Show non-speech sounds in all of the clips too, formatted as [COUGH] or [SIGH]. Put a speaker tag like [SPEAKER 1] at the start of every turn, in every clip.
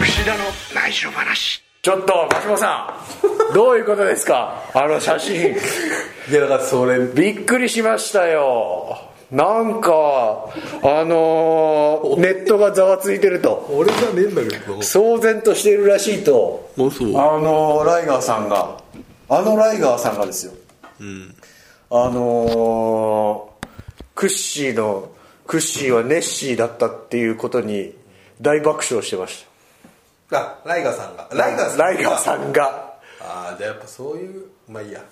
[SPEAKER 1] 串田の内緒話ちょっと松本さんどういうことですかあの写
[SPEAKER 2] い
[SPEAKER 1] 真
[SPEAKER 2] やだからそれ
[SPEAKER 1] びっくりしましたよなんかあのーネットがざわついてると
[SPEAKER 2] 俺じゃねえんだけど
[SPEAKER 1] 騒然としているらしいと
[SPEAKER 2] もうそう
[SPEAKER 1] あのーライガーさんがあのライガーさんがですよ
[SPEAKER 2] うん
[SPEAKER 1] あのークッシーのクッシーはネッシーだったっていうことに大爆笑してまし
[SPEAKER 2] あライガーさんが
[SPEAKER 1] た
[SPEAKER 2] ライガーさん
[SPEAKER 1] ライガーさんが
[SPEAKER 2] ああじゃあやっぱそういうまあいいや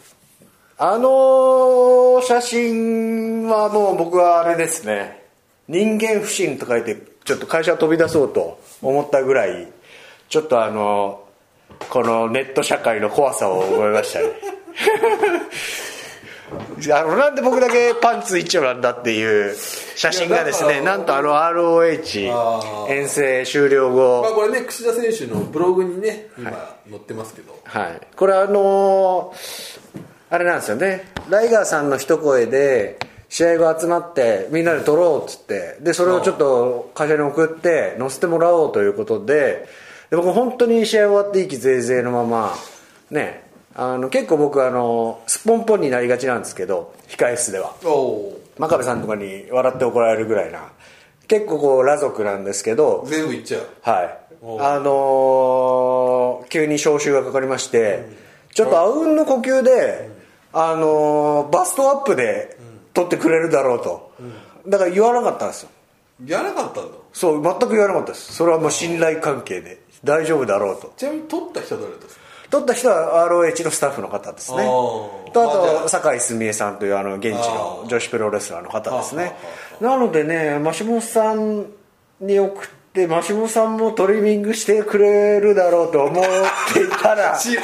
[SPEAKER 1] あの写真はもう僕はあれですね人間不信と書いてちょっと会社を飛び出そうと思ったぐらいちょっとあのこのネット社会の怖さを思いましたね [LAUGHS] あのなんで僕だけパンツ一丁なんだっていう写真がです
[SPEAKER 2] い
[SPEAKER 1] ね
[SPEAKER 2] や
[SPEAKER 1] な
[SPEAKER 2] なんん
[SPEAKER 1] と
[SPEAKER 2] か
[SPEAKER 1] あの ROH
[SPEAKER 2] あー
[SPEAKER 1] 遠征終了
[SPEAKER 2] まあ
[SPEAKER 1] 後
[SPEAKER 2] これね櫛田選手のブログにね今載ってますけど
[SPEAKER 1] はい、これあのーあれなんですよねライガーさんの一声で試合後集まってみんなで撮ろうっつってでそれをちょっと会社に送って載せてもらおうということでで僕本当に試合終わって意気ぜいぜいのままねあの結構僕あのすっぽんぽんになりがちなんですけど控え室では
[SPEAKER 2] おお
[SPEAKER 1] 真壁さんとかに笑って怒られるぐらいな結構こう裸族なんですけど
[SPEAKER 2] ー全部いっちゃう
[SPEAKER 1] はい
[SPEAKER 2] おう
[SPEAKER 1] あのー急に招集がかかりまして、ちょっとあうんの呼吸で、あのーバストアップで取ってくれるだろうと、だから言わなかったんですよ
[SPEAKER 2] やらなかったんだ
[SPEAKER 1] そう全く言わなかったですそれはもう信頼関係で大丈夫だろうと
[SPEAKER 2] ちなみに取った人は誰だったんですか
[SPEAKER 1] 取った人は ROH のスタッフの方ですね
[SPEAKER 2] おう
[SPEAKER 1] とあ
[SPEAKER 2] まあじゃ
[SPEAKER 1] と
[SPEAKER 2] あ
[SPEAKER 1] 酒井澄江さんというあの現地の女子プロレスラーの方です
[SPEAKER 2] は
[SPEAKER 1] ね
[SPEAKER 2] あは
[SPEAKER 1] なのでねマシモさんに送ってマシモさんもトリミングしてくれるだろうと思っていたらまさ
[SPEAKER 2] [LAUGHS] 知ら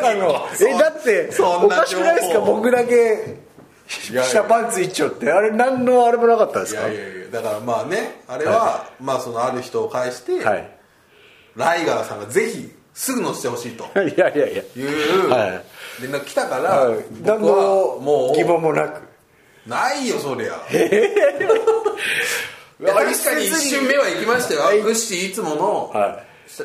[SPEAKER 1] かの
[SPEAKER 2] そ
[SPEAKER 1] えだって
[SPEAKER 2] そ
[SPEAKER 1] お
[SPEAKER 2] んな情報
[SPEAKER 1] かしくないですか僕だけ
[SPEAKER 2] いやいや
[SPEAKER 1] 下パンツ一丁ってあれ何のあれもなかったんで
[SPEAKER 2] い
[SPEAKER 1] すか
[SPEAKER 2] やいやいやだからまあねあれは、まあそのある人を介して、
[SPEAKER 1] はい [LAUGHS]
[SPEAKER 2] ライガーさんがぜひすぐ乗せてほしいと
[SPEAKER 1] いやいやいや
[SPEAKER 2] いう
[SPEAKER 1] はい
[SPEAKER 2] 連絡来たから、
[SPEAKER 1] はい何
[SPEAKER 2] 僕は
[SPEAKER 1] の
[SPEAKER 2] もう
[SPEAKER 1] 疑問もなく
[SPEAKER 2] ないよそりゃ
[SPEAKER 1] いや
[SPEAKER 2] 確かに一瞬目は行きましたよ、
[SPEAKER 1] はい
[SPEAKER 2] グッシーいつもの、
[SPEAKER 1] は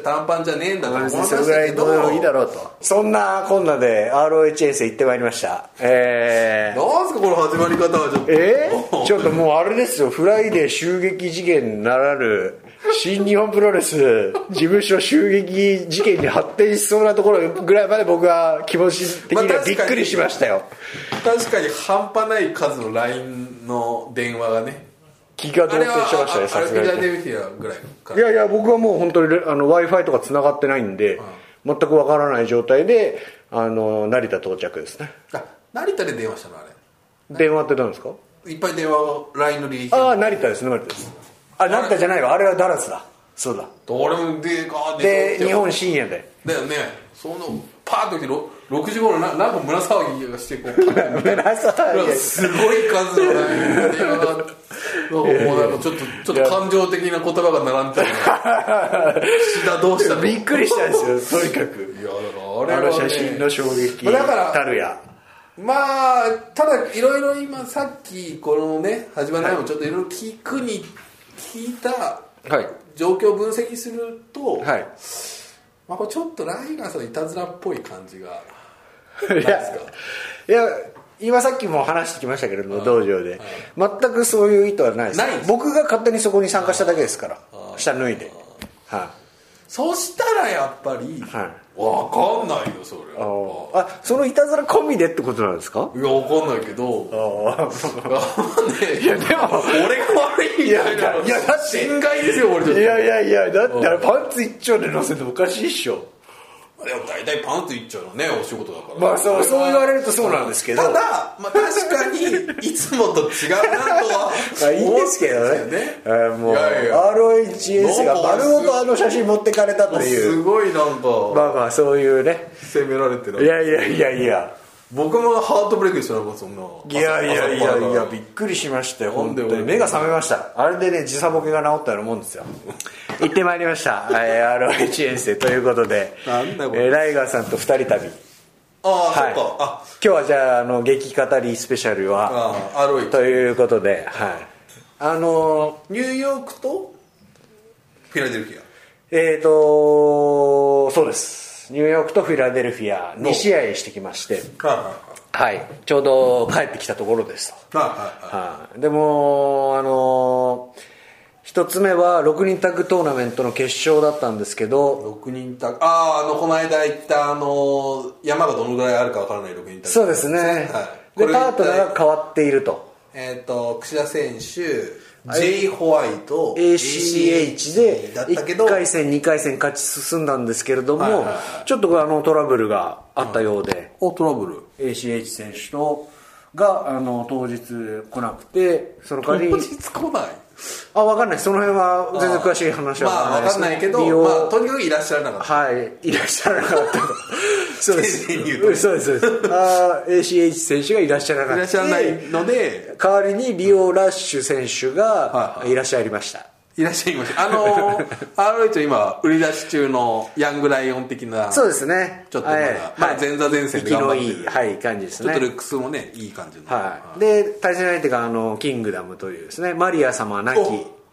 [SPEAKER 2] 短パンじゃねえんだと思いま
[SPEAKER 1] 別に
[SPEAKER 2] し
[SPEAKER 1] そ
[SPEAKER 2] た
[SPEAKER 1] れぐらい
[SPEAKER 2] けど
[SPEAKER 1] どうでもいいだろうとそんなこんなで ROH 遠征行ってまいりましたえー
[SPEAKER 2] なんすかこの始まり方はちょっと
[SPEAKER 1] え
[SPEAKER 2] [LAUGHS]
[SPEAKER 1] ー、ちょっともうあれですよフライデー襲撃事件ならぬ新日本プロレス事務所襲撃事件に発展しそうなところぐらいまで僕は気持ち的に
[SPEAKER 2] まあ
[SPEAKER 1] は
[SPEAKER 2] 確か
[SPEAKER 1] びっ
[SPEAKER 2] に
[SPEAKER 1] くりしましたよ
[SPEAKER 2] 確かに半端ない数の LINE の電話がね
[SPEAKER 1] 気が動
[SPEAKER 2] あれ
[SPEAKER 1] 転
[SPEAKER 2] は
[SPEAKER 1] してましたね
[SPEAKER 2] ああ
[SPEAKER 1] さ
[SPEAKER 2] れ
[SPEAKER 1] すが
[SPEAKER 2] ビラ
[SPEAKER 1] に
[SPEAKER 2] デミティアぐらいか
[SPEAKER 1] いやいや僕はもう本当にあの w i f i とか繋がってないんで全くわからない状態であの成田到着ですね
[SPEAKER 2] あ成田で電話したのあれ
[SPEAKER 1] 電話って何ですか
[SPEAKER 2] いっぱい電話を LINE の履歴
[SPEAKER 1] ああ成田ですね成田ですあ成田じゃないわあれはダラスだそうだ
[SPEAKER 2] 俺もでか
[SPEAKER 1] で日本
[SPEAKER 2] 史
[SPEAKER 1] 深夜 [LAUGHS] で
[SPEAKER 2] だよねそのパーッと来てろ6時頃ななんか胸騒ぎがしてこう
[SPEAKER 1] [LAUGHS]
[SPEAKER 2] パッ
[SPEAKER 1] ごめんなさい
[SPEAKER 2] なんかすごい数の LINE の電話がなんかもうなんかちょっとちょっと感情的な言葉が並んでたから
[SPEAKER 1] [LAUGHS]
[SPEAKER 2] 岸田どうしたの
[SPEAKER 1] びっくりしたんです [LAUGHS] よとにかく
[SPEAKER 2] いやだからあ
[SPEAKER 1] あ
[SPEAKER 2] れ
[SPEAKER 1] の
[SPEAKER 2] は、ね、
[SPEAKER 1] 写真の衝撃
[SPEAKER 2] まあだから
[SPEAKER 1] たるや
[SPEAKER 2] まあただいろいろ今さっきこのね始まる前もちょっといろいろ聞くに聞いた
[SPEAKER 1] はい
[SPEAKER 2] 状況を分析すると、
[SPEAKER 1] はい
[SPEAKER 2] まあ、これちょっとライガーさんのいたずらっぽい感じが
[SPEAKER 1] いやいや今さっきも話してきましたけれども道場で全くそういう意図はないです
[SPEAKER 2] ないです
[SPEAKER 1] 僕が勝手にそこに参加しただけですから下脱いでは
[SPEAKER 2] そしたらやっぱり、
[SPEAKER 1] はい
[SPEAKER 2] わかんないよそれ
[SPEAKER 1] い
[SPEAKER 2] は
[SPEAKER 1] あそのいたずら込みでってことなんですか
[SPEAKER 2] いやわかんないけど
[SPEAKER 1] あ
[SPEAKER 2] いやでも俺が悪いみたいない
[SPEAKER 1] やいやだって
[SPEAKER 2] 侵害ですよ俺ちょっ
[SPEAKER 1] い
[SPEAKER 2] と
[SPEAKER 1] やいやいやだってあれパンツ一丁で乗せてもおかしいっしょ
[SPEAKER 2] でも大体パンツいっちゃうのねお仕事だから
[SPEAKER 1] まあそうそう言われるとそうなんですけど
[SPEAKER 2] ただ、まあ、確かにいつもと違うなとは
[SPEAKER 1] [LAUGHS] まあいいですけどね
[SPEAKER 2] 思うんです
[SPEAKER 1] え
[SPEAKER 2] よ
[SPEAKER 1] ーもう
[SPEAKER 2] いやいや
[SPEAKER 1] ROHS が丸ごとあの写真持ってかれたとい
[SPEAKER 2] す
[SPEAKER 1] う
[SPEAKER 2] ごいなんか
[SPEAKER 1] まあまあそういうね
[SPEAKER 2] 責められて
[SPEAKER 1] い
[SPEAKER 2] る
[SPEAKER 1] やいやいやいや
[SPEAKER 2] 僕もハートブレイクでしたなんかそんない
[SPEAKER 1] やいやいやいや
[SPEAKER 2] 朝
[SPEAKER 1] びっくりしましたよ
[SPEAKER 2] なん
[SPEAKER 1] 本
[SPEAKER 2] で
[SPEAKER 1] 当
[SPEAKER 2] 俺
[SPEAKER 1] に目が覚めましたあれでね時差ボケが治ったようなもんですよ行ってまいりましたえー ROH 遠征ということで
[SPEAKER 2] なんだこれ
[SPEAKER 1] えーライガーさんと二人旅
[SPEAKER 2] ああ、
[SPEAKER 1] はい、
[SPEAKER 2] そっかあ
[SPEAKER 1] 今日はじゃああの激語りスペシャルは
[SPEAKER 2] ああアロイ
[SPEAKER 1] ということで、はい、あの
[SPEAKER 2] ニューヨークとフィラデルフィア
[SPEAKER 1] えーとそうですニューヨークとフィラデルフィア2試合してきまして
[SPEAKER 2] はいはい
[SPEAKER 1] はいちょうど帰ってきたところですと
[SPEAKER 2] はいはい
[SPEAKER 1] はい、でも、あのー、1つ目は6人タッグトーナメントの決勝だったんですけど、
[SPEAKER 2] 6人タッグあああのこの間行ったあの山がどのぐらいあるかわからない6人タッグ
[SPEAKER 1] そうですね、
[SPEAKER 2] はい、こ
[SPEAKER 1] で
[SPEAKER 2] れ
[SPEAKER 1] パートナー
[SPEAKER 2] 一
[SPEAKER 1] が
[SPEAKER 2] 体
[SPEAKER 1] 変わっていると、
[SPEAKER 2] えっ、と櫛田選手 J ホワイト
[SPEAKER 1] ACH で
[SPEAKER 2] だったけ
[SPEAKER 1] 1
[SPEAKER 2] ど
[SPEAKER 1] 回戦、2回戦勝ち進んだんですけれども、
[SPEAKER 2] はいはいは
[SPEAKER 1] ちょっとあのトラブルがあったようで、
[SPEAKER 2] おトラブル
[SPEAKER 1] ACH 選手とがあの当日来なくて、その代
[SPEAKER 2] 当
[SPEAKER 1] わりに
[SPEAKER 2] 日。来ない
[SPEAKER 1] あ分かんないその辺は全然詳しい話は
[SPEAKER 2] まあ
[SPEAKER 1] わ
[SPEAKER 2] 分かんないけ
[SPEAKER 1] 理
[SPEAKER 2] ど、
[SPEAKER 1] 由を
[SPEAKER 2] まあ、とにかくいらっしゃらなかった
[SPEAKER 1] はい、いらっしゃらなか
[SPEAKER 2] [LAUGHS]
[SPEAKER 1] ったとそうです
[SPEAKER 2] 丁寧に言うとね
[SPEAKER 1] そうですそうですあー ACH 選手がいらっしゃらなくて
[SPEAKER 2] いらっしゃらないので
[SPEAKER 1] 代わりにリオ・ラッシュ選手が
[SPEAKER 2] はい
[SPEAKER 1] らっしゃいました、
[SPEAKER 2] いらっしゃいましたあ
[SPEAKER 1] [LAUGHS]
[SPEAKER 2] のー RH 今売り出し中のヤングライオン的な
[SPEAKER 1] そうですね
[SPEAKER 2] ちょっとまだ
[SPEAKER 1] はい
[SPEAKER 2] まだ前座前線で
[SPEAKER 1] 息
[SPEAKER 2] 頑張
[SPEAKER 1] の
[SPEAKER 2] ってる
[SPEAKER 1] いい、はい、感じで
[SPEAKER 2] ち
[SPEAKER 1] す
[SPEAKER 2] ょ
[SPEAKER 1] ね
[SPEAKER 2] っとルックスもねいい感じの、
[SPEAKER 1] はい、で対戦相手があのキングダムというですねマリア様亡き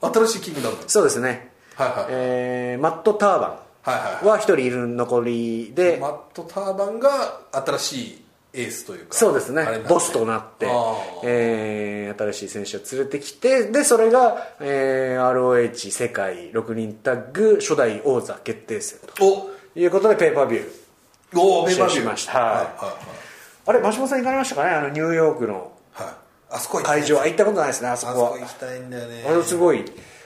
[SPEAKER 2] お新しいキングダム
[SPEAKER 1] そうですね、
[SPEAKER 2] はいはい
[SPEAKER 1] えーマット・ターバ
[SPEAKER 2] はいはい
[SPEAKER 1] ンは一人いる残りで、
[SPEAKER 2] マット・ターバンが新しいエースというか
[SPEAKER 1] そうですね
[SPEAKER 2] あれなん
[SPEAKER 1] ボスとなって
[SPEAKER 2] あー、
[SPEAKER 1] えー新しい選手を連れてきてでそれが、えー ROH 世界6人タッグ初代王座決定戦と
[SPEAKER 2] お
[SPEAKER 1] いうことでペーパービュー
[SPEAKER 2] おーメンバービュー
[SPEAKER 1] しました
[SPEAKER 2] はい
[SPEAKER 1] はい
[SPEAKER 2] は
[SPEAKER 1] あれ真島さん行かれましたかねあのニューヨークの
[SPEAKER 2] いはい、はい、あそこ行きたい
[SPEAKER 1] 会場は行ったことないですねあそ
[SPEAKER 2] あそ
[SPEAKER 1] こは
[SPEAKER 2] こ行きたいんだよね
[SPEAKER 1] あれすごい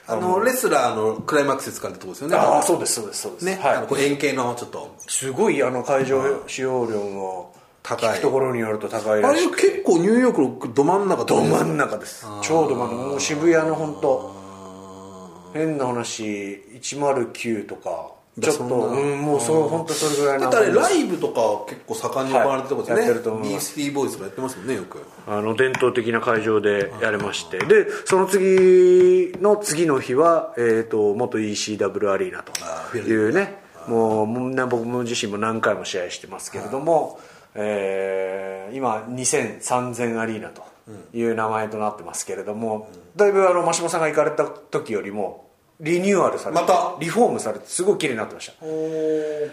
[SPEAKER 2] あのレスラーのクライマックスで使うってとこですよね
[SPEAKER 1] ああそうですそうですそうです、
[SPEAKER 2] ね、
[SPEAKER 1] はい
[SPEAKER 2] あのこう円形のちょっと
[SPEAKER 1] すごいあの会場使用量の
[SPEAKER 2] 高い
[SPEAKER 1] 聞くところによると高
[SPEAKER 2] あ
[SPEAKER 1] いら
[SPEAKER 2] れ
[SPEAKER 1] しくて
[SPEAKER 2] 結構ニューヨークのど真ん中
[SPEAKER 1] ど真
[SPEAKER 2] 中
[SPEAKER 1] ん中ですちょうど真ん中もう渋谷の本当変な話109とかちょっ
[SPEAKER 2] そ
[SPEAKER 1] と
[SPEAKER 2] んな
[SPEAKER 1] うんもうそう本当それぐらい
[SPEAKER 2] だ
[SPEAKER 1] な
[SPEAKER 2] ってあれライブとか結構盛んに行われてるとこですよね、
[SPEAKER 1] はいやってると思います
[SPEAKER 2] ビースティーボーイズとかやってますもんねよく
[SPEAKER 1] あの伝統的な会場でやれましてでその次の次の日は、えー、と元 ECW アリーナ
[SPEAKER 2] あ
[SPEAKER 1] と
[SPEAKER 2] ー
[SPEAKER 1] いうねもうもうな僕も自身も何回も試合してますけれども、えー今20003000アリーナという名前となってますけれども、だいぶあの真島さんが行かれた時よりもリニューアルされて
[SPEAKER 2] また
[SPEAKER 1] リフォームされてすごい綺麗になってました、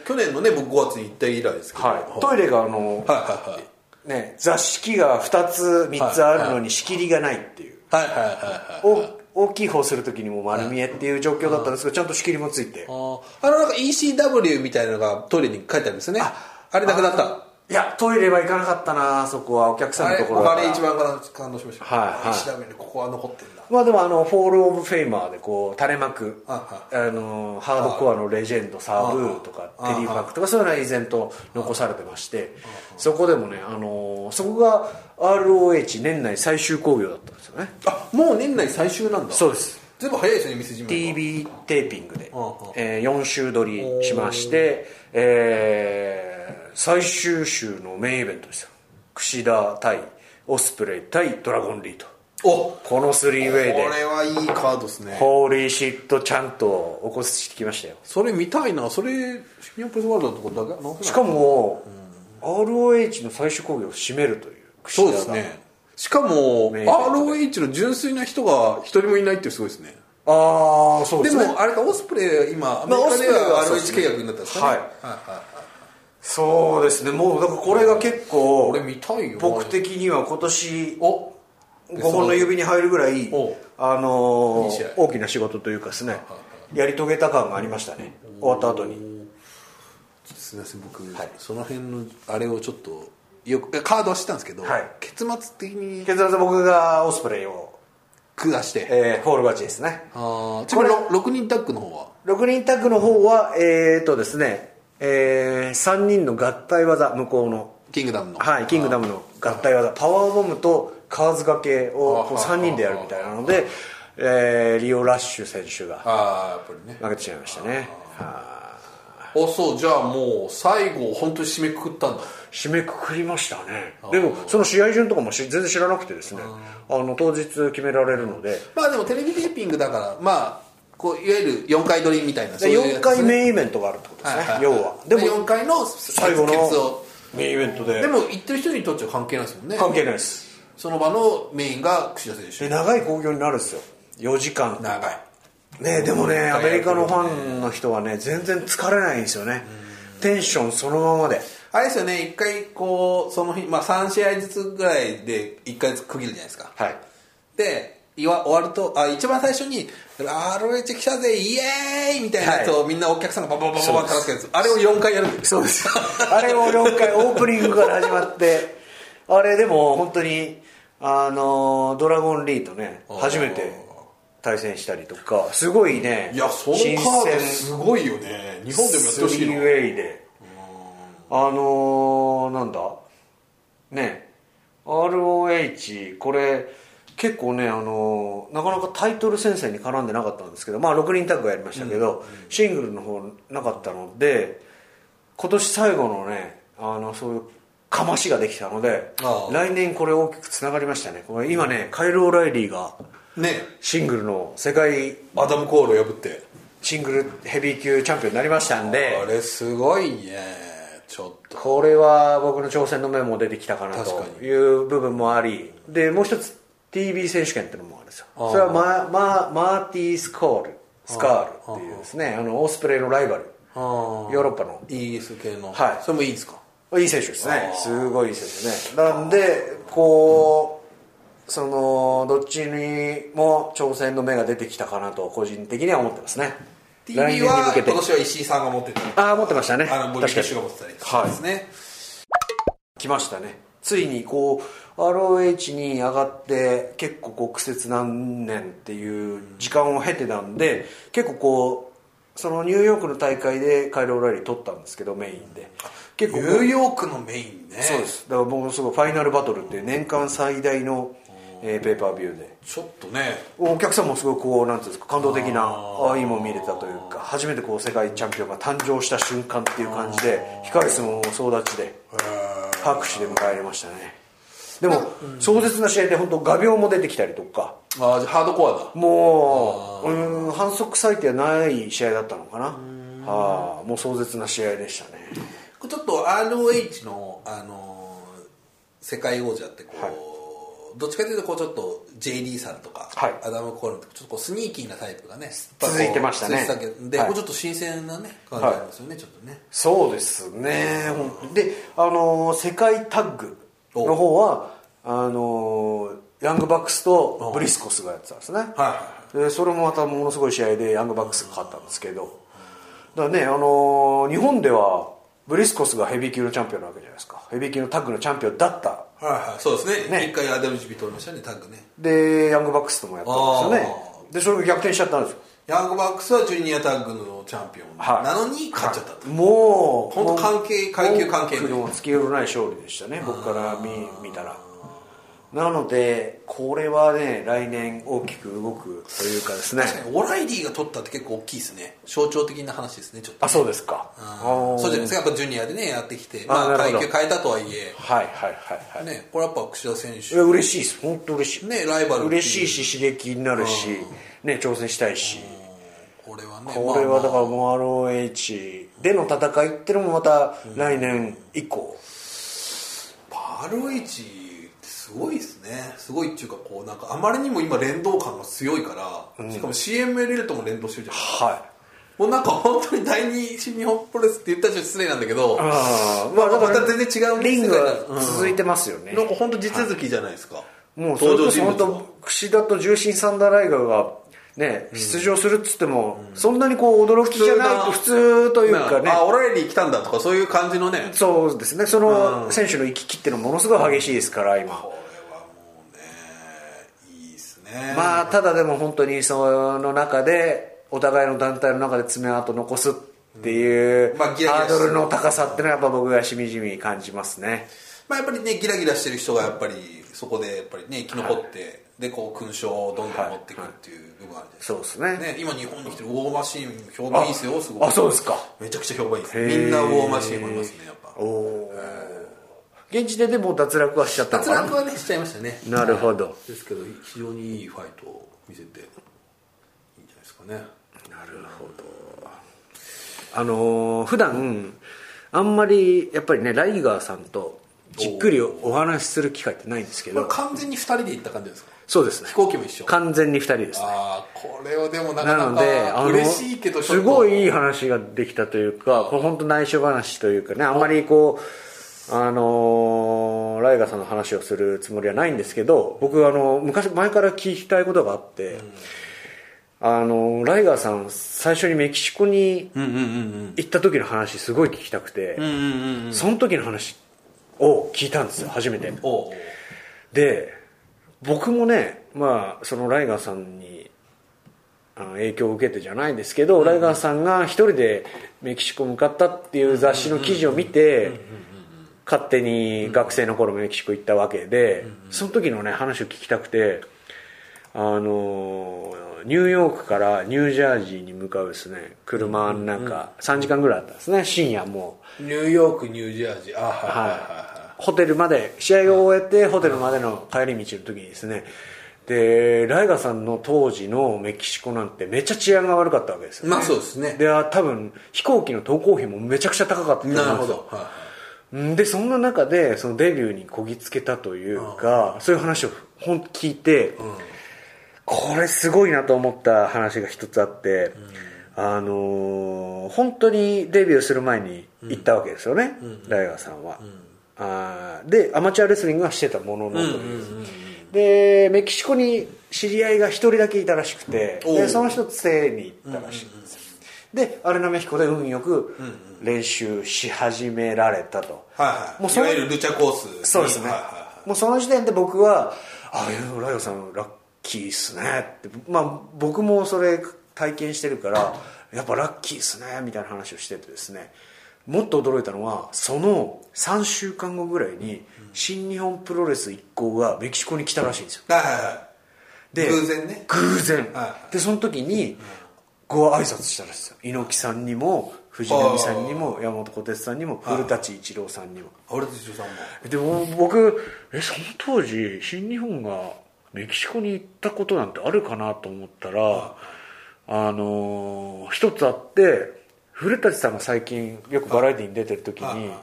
[SPEAKER 2] 去年のね僕5月に行った以来ですけど、
[SPEAKER 1] はい、トイレがあの、
[SPEAKER 2] はいはいはい
[SPEAKER 1] ね、座敷が2つ3つあるのに仕切りがないっていう、
[SPEAKER 2] はいはいはいはい
[SPEAKER 1] お大きい方するときにも丸見えっていう状況だったんですけどちゃんと仕切りもついて
[SPEAKER 2] あーあのなんか ECW みたいなのがトイレに書いてあるんですよねあれなくなった
[SPEAKER 1] いやトイレは行かなかったなそこはお客さ
[SPEAKER 2] あ
[SPEAKER 1] んの
[SPEAKER 2] れ
[SPEAKER 1] ところ
[SPEAKER 2] 僕
[SPEAKER 1] だ
[SPEAKER 2] あ
[SPEAKER 1] から
[SPEAKER 2] れ一番感動しました、
[SPEAKER 1] はいはい
[SPEAKER 2] ECW にここは残ってんだ
[SPEAKER 1] まあでもあのフォール・オブ・フェイマーでこう垂れ幕
[SPEAKER 2] あ
[SPEAKER 1] あのハードコアのレジェンドサーブーとかテリー・ファックとかそういうのは依然と残されてましてそこでもねあのそこが ROH 年内最終興行だったんですよね
[SPEAKER 2] あもう年内最終なんだ
[SPEAKER 1] そうです
[SPEAKER 2] 全部早いですよね店じま
[SPEAKER 1] TV テーピングで
[SPEAKER 2] ああ、
[SPEAKER 1] え4週撮りしまして、えー最終週のメインイベントですよ櫛田対オスプレイ対ドラゴンリード
[SPEAKER 2] おこ
[SPEAKER 1] このスリーウェイで
[SPEAKER 2] れはいいカードですね
[SPEAKER 1] ホーリーシットちゃんと起こしてきましたよ
[SPEAKER 2] それ見たいなそれシニアプレスワールドのとこだけ直せない
[SPEAKER 1] しかも、ROH の最終興行を締めるという櫛
[SPEAKER 2] そう
[SPEAKER 1] 田
[SPEAKER 2] で
[SPEAKER 1] が
[SPEAKER 2] すねしかも
[SPEAKER 1] メインイベント
[SPEAKER 2] ROH の純粋な人が一人もいないってすごいですね
[SPEAKER 1] ああそうで
[SPEAKER 2] です
[SPEAKER 1] ね
[SPEAKER 2] もあれかオスプレイ今アメリカで
[SPEAKER 1] まあ
[SPEAKER 2] は
[SPEAKER 1] オスプレイはそうですね
[SPEAKER 2] ROH 契約になったんですかね
[SPEAKER 1] はいそうですねもうだからこれが結構
[SPEAKER 2] 俺見たいよ
[SPEAKER 1] 僕的には今年
[SPEAKER 2] お
[SPEAKER 1] 5本の指に入るぐらい
[SPEAKER 2] おう、
[SPEAKER 1] あの
[SPEAKER 2] い
[SPEAKER 1] ー
[SPEAKER 2] い試合
[SPEAKER 1] 大きな仕事というかですねやり遂げた感がありましたね終わった後に
[SPEAKER 2] すみません僕、その辺のあれをちょっとよくカードは知ったんですけど、
[SPEAKER 1] はい
[SPEAKER 2] 結末的に
[SPEAKER 1] 結末僕がオスプレイを、
[SPEAKER 2] 下して
[SPEAKER 1] えーフォール勝ちですね
[SPEAKER 2] ああち
[SPEAKER 1] こ
[SPEAKER 2] なみ
[SPEAKER 1] れ
[SPEAKER 2] に6人タッグの方は
[SPEAKER 1] 6人タッグの方はえー、っとですね、え3人の合体技向こうの
[SPEAKER 2] キングダムの
[SPEAKER 1] はいキングダムの合体技パワーボムとカーズ掛けをこう3人でやるみたいなので、えーリオ・ラッシュ選手が
[SPEAKER 2] ああやっぱりね
[SPEAKER 1] 負けてしまいましたねはい
[SPEAKER 2] あそうじゃあもう最後本当に締めくくったんだ
[SPEAKER 1] 締めくくりましたねでもその試合順とかもし全然知らなくてですねあの当日決められるので
[SPEAKER 2] まあでもテレビテーピングだからまあこういわゆる4回撮りみたいなそういう
[SPEAKER 1] 4
[SPEAKER 2] やつ
[SPEAKER 1] 回
[SPEAKER 2] ね
[SPEAKER 1] メインイベントがあるってことですね
[SPEAKER 2] はいはい
[SPEAKER 1] 要は
[SPEAKER 2] で
[SPEAKER 1] で
[SPEAKER 2] も
[SPEAKER 1] も
[SPEAKER 2] 4回の最
[SPEAKER 1] 最後の
[SPEAKER 2] ケツを
[SPEAKER 3] メインイベントで
[SPEAKER 2] でも行ってる人にとっちゃ関係ないですもんね
[SPEAKER 3] 関係ないです
[SPEAKER 2] その場のメインが櫛田選手
[SPEAKER 1] で長い興行になるんですよ4時間
[SPEAKER 2] 長い
[SPEAKER 1] ねでもね
[SPEAKER 2] うん
[SPEAKER 1] アメリカのファンの人はね全然疲れないんですよねテンションそのままで
[SPEAKER 2] あれですよね一回こうその日、まあ、3試合ずつぐらいで一回ずつ区切るじゃないですか
[SPEAKER 1] はい
[SPEAKER 2] でいわ終わるとあ一番最初に「ROH 来たぜイエーイ!」みたいなやつを、みんなお客さんがババババババってやつあれを4回やるんですそうです
[SPEAKER 1] あれを4回オープニングから始まってあれでも本当にあのドラゴンリーとね
[SPEAKER 2] あー
[SPEAKER 1] 初めて対戦したりとかすごいね
[SPEAKER 2] [LAUGHS] いやそのカ
[SPEAKER 1] 新
[SPEAKER 2] ード
[SPEAKER 1] 鮮
[SPEAKER 2] すごいよね日本でもやってほしい
[SPEAKER 1] スリーウ
[SPEAKER 2] の
[SPEAKER 1] ェイであのー、なんだね ROH これ結構ね、あのーなかなかタイトル戦線に絡んでなかったんですけど、まあ、6人タッグはやりましたけど、シングルの方なかったので今年最後のねあのそういうかましができたので
[SPEAKER 2] ああ
[SPEAKER 1] 来年これ大きくつながりましたねこれ今ねカイル・オライリーが
[SPEAKER 2] ね
[SPEAKER 1] シングルの世界
[SPEAKER 2] アダム・コールを破って
[SPEAKER 1] シングルヘビー級チャンピオンになりましたんで
[SPEAKER 2] あれすごいねちょっと
[SPEAKER 1] これは僕の挑戦の面も出てきたかな
[SPEAKER 2] 確か
[SPEAKER 1] という部分もありでもう一つ TV 選手権っていうのもあるんですよ
[SPEAKER 2] あー
[SPEAKER 1] それはマママーティー・スコールスカールっていうですねあのオースプレイのライバル
[SPEAKER 2] あー
[SPEAKER 1] ヨーロッパの
[SPEAKER 2] イギリス系の
[SPEAKER 1] はい
[SPEAKER 2] それもいいですか
[SPEAKER 1] いい選手ですねすごいいい選手ですねなんでこうそのどっちにも挑戦の目が出てきたかなと個人的には思ってますね
[SPEAKER 2] TV
[SPEAKER 1] 来年に
[SPEAKER 2] は
[SPEAKER 1] 向け
[SPEAKER 2] 今
[SPEAKER 1] て
[SPEAKER 2] 年は石井さんが持ってたり
[SPEAKER 1] ああ持ってましたね
[SPEAKER 2] あのボディキャッ
[SPEAKER 1] 確かに
[SPEAKER 2] シュが持ってたりしたんですね
[SPEAKER 1] 来ましたねついにこう ROH に上がって結構こう苦節何年っていう時間を経てたんで結構こうそのニューヨークの大会でカイロ・オライリー取ったんですけどメインで結構
[SPEAKER 2] ニ
[SPEAKER 1] こう
[SPEAKER 2] ューヨークのメインね
[SPEAKER 1] そうですだから僕もすごいファイナルバトルっていう年間最大の、えーペーパービューで
[SPEAKER 2] ちょっとね
[SPEAKER 1] お客さんもすごいこうなんていうんですか感動的なああいいもん見れたというか初めてこう世界チャンピオンが誕生した瞬間っていう感じで光相撲も総立ちで拍手で迎えられましたねでも壮絶な試合で本当画鋲も出てきたりとか
[SPEAKER 2] あーじゃあハードコアだ
[SPEAKER 1] もううん反則サイトはない試合だったのかなはあもう壮絶な試合でしたね
[SPEAKER 2] これちょっと ROH の、あのー世界王者ってこう、どっちかというとこうちょっと JD さんとか、
[SPEAKER 1] はい
[SPEAKER 2] アダム・コールンとかちょっとこうスニーキーなタイプがね
[SPEAKER 1] 続いてましたね
[SPEAKER 2] 続いてたけどで、
[SPEAKER 1] はい
[SPEAKER 2] これちょっと新鮮なね感じありますよね、ちょっとね
[SPEAKER 1] そうですねであのー世界タッグの方はあのーヤングバックスとブリスコスがやってたんですね、でそれもまたものすごい試合でヤングバックスが勝ったんですけどだからね、あのー日本ではブリスコスがヘビー級のチャンピオンなわけじゃないですかヘビー級のタッグのチャンピオンだった
[SPEAKER 2] はいはいそうですね
[SPEAKER 1] ね
[SPEAKER 2] 一回アダム・ジビ取りましたねタッグね
[SPEAKER 1] でヤングバックスともやったんですよねでそれが逆転しちゃったんですよ
[SPEAKER 2] ヤングバックスはジュニアタッグのチャンピオン
[SPEAKER 1] はい
[SPEAKER 2] なのに勝っちゃったと、
[SPEAKER 1] もう
[SPEAKER 2] 本当関係階級関係ない
[SPEAKER 1] 文句のつきようのない勝利でしたね僕から見見たらなのでこれはね来年大きく動くというかですね
[SPEAKER 2] 確かにオライリーが取ったって結構大きいですね象徴的な話ですねちょっと
[SPEAKER 1] あそうですか
[SPEAKER 2] そうじゃないです
[SPEAKER 1] か
[SPEAKER 2] かやっぱジュニアでねやってきて
[SPEAKER 1] あー
[SPEAKER 2] まあ
[SPEAKER 1] なる
[SPEAKER 2] 階
[SPEAKER 1] ほど
[SPEAKER 2] 級変えたとはいえ
[SPEAKER 1] はいはいはいはい
[SPEAKER 2] ね、これやっぱ櫛田選
[SPEAKER 1] いや
[SPEAKER 2] 手
[SPEAKER 1] 嬉しいです本当嬉しい
[SPEAKER 2] ねライバルっていう
[SPEAKER 1] 嬉しいし刺激になるし、ね、挑戦したいし、
[SPEAKER 2] これはね
[SPEAKER 1] これはだか
[SPEAKER 2] まあ
[SPEAKER 1] ら
[SPEAKER 2] ま
[SPEAKER 1] もう ROH での戦いっていうのもまた来年以降、
[SPEAKER 2] あ、ROH ってすごいですねすごいっていうかこうなんかあまりにも今連動感が強いから、しかも CMLL とも連動してるじゃん
[SPEAKER 1] はい
[SPEAKER 2] もうなんか本当に第二新日本プロレスって言ったらちょっと失礼なんだけど
[SPEAKER 1] ああまあだから
[SPEAKER 2] また全然違う
[SPEAKER 1] リング
[SPEAKER 2] 世界
[SPEAKER 1] が
[SPEAKER 2] だ
[SPEAKER 1] 続いてますよね、
[SPEAKER 2] なんか本当地続きじゃないですか、
[SPEAKER 1] もうそれこそ
[SPEAKER 2] 登場
[SPEAKER 1] 本
[SPEAKER 2] 人物が
[SPEAKER 1] 当櫛田と重心サンダーライガーがね出場するっつっても、そんなにこう驚きじゃない普通というかね
[SPEAKER 2] あオライリー来たんだとかそういう感じのね
[SPEAKER 1] そうですねその選手の行き来っていうのものすごい激しいですから今、
[SPEAKER 2] いいですね
[SPEAKER 1] まあただでも本当にその中でお互いの団体の中で爪痕残すっていう
[SPEAKER 2] まあ
[SPEAKER 1] ハ
[SPEAKER 2] ギラギラして
[SPEAKER 1] ー
[SPEAKER 2] る
[SPEAKER 1] ドルの高さってのはやっぱ僕がしみじみ感じますね
[SPEAKER 2] まあ、やっぱりねギラギラしてる人がやっぱりそこでやっぱりね生き残って、でこう勲章をどんどん持っていくっていう部分があるじゃ
[SPEAKER 1] そうですね
[SPEAKER 2] ないですか、ね、今日本に来てるウォーマシーン評判いいですよすごい
[SPEAKER 1] あそうですか
[SPEAKER 2] めちゃくちゃ評判いいですみんなウォーマシーン思いますねやっぱ
[SPEAKER 1] おお現地ででも脱落はしちゃったの
[SPEAKER 2] 脱
[SPEAKER 1] か
[SPEAKER 2] 落はねしちゃいましたね
[SPEAKER 1] ななるほど
[SPEAKER 2] ですけど非常にいいファイトを見せていいんじゃないですかね
[SPEAKER 1] あのー普段あんまりやっぱりねライガーさんとじっくりお話しする機会ってないんですけ
[SPEAKER 2] これ
[SPEAKER 1] ど
[SPEAKER 2] 完全に2人で行った感じですか
[SPEAKER 1] そうですね
[SPEAKER 2] 飛行機も一緒
[SPEAKER 1] 完全に2人ですね
[SPEAKER 2] ああこれをでもなか
[SPEAKER 1] なの
[SPEAKER 2] な
[SPEAKER 1] であ
[SPEAKER 2] か
[SPEAKER 1] の
[SPEAKER 2] 嬉しいけどちょっと
[SPEAKER 1] すごいいい話ができたというかこれ本当内緒話というかねあんまりこうあのーライガーさんの話をするつもりはないんですけど僕あの昔前から聞きたいことがあって、あのライガーさん最初にメキシコに
[SPEAKER 2] うんうんうん
[SPEAKER 1] 行った時の話すごい聞きたくて、
[SPEAKER 2] うんうんうんうん
[SPEAKER 1] その時の話を聞いたんですよ初めて
[SPEAKER 2] おう
[SPEAKER 1] で僕もねまあそのライガーさんにあの影響を受けてじゃないですけど、ライガーさんが一人でメキシコ向かったっていう雑誌の記事を見て、勝手に学生の頃メキシコ行ったわけで、その時のね話を聞きたくてあのニューヨークからニュージャージーに向かうですね車の中、3時間ぐらいあったんですね深夜もう。
[SPEAKER 2] ニューヨークニュージャージーあはいはいはいは
[SPEAKER 1] はい、ホテルまで試合を終えてホテルまでの帰り道の時にですねでライガさんの当時のメキシコなんてめっちゃ治安が悪かったわけです
[SPEAKER 2] い
[SPEAKER 1] よ、
[SPEAKER 2] まあそうですね
[SPEAKER 1] であ多分飛行機の投稿費もめちゃくちゃ高かったと思うんです
[SPEAKER 2] な
[SPEAKER 1] よ
[SPEAKER 2] るほどはいはい
[SPEAKER 1] うんでそんな中でそのデビューにこぎつけたというかそういう話をほん聞いて、これすごいなと思った話が一つあって、あのー本当にデビューする前に行ったわけですよね、ライガーさんは、あーでアマチュアレスリングはしてたもののという、でメキシコに知り合いが一人だけいたらしくて、
[SPEAKER 2] おう
[SPEAKER 1] でその人つせに行ったらしいんですよ、でアルナメヒコで運よく練習し始められたと、
[SPEAKER 2] はいは
[SPEAKER 1] もう
[SPEAKER 2] い
[SPEAKER 1] そ
[SPEAKER 2] い
[SPEAKER 1] の
[SPEAKER 2] わゆるルチャコース
[SPEAKER 1] そうですね、
[SPEAKER 2] はいはいは
[SPEAKER 1] もうその時点で僕は「あいやライオさんラッキーっすね」って、まあ、僕もそれ体験してるからやっぱラッキーっすねみたいな話をしててですねもっと驚いたのはその3週間後ぐらいに新日本プロレス一行がメキシコに来たらしいんですよ
[SPEAKER 2] いはいはいはい
[SPEAKER 1] で
[SPEAKER 2] 偶然ね
[SPEAKER 1] 偶然、
[SPEAKER 2] はい
[SPEAKER 1] でその時にご挨拶したらしいですよ猪木さんにも藤波さんにも山本小鉄さんにも古舘一郎さんにも
[SPEAKER 2] 俺と一緒さんも
[SPEAKER 1] でも僕えその当時新日本がメキシコに行ったことなんてあるかなと思ったらあのー一つあって古舘さんが最近よくバラエティに出てる時
[SPEAKER 2] はい
[SPEAKER 1] に
[SPEAKER 2] はい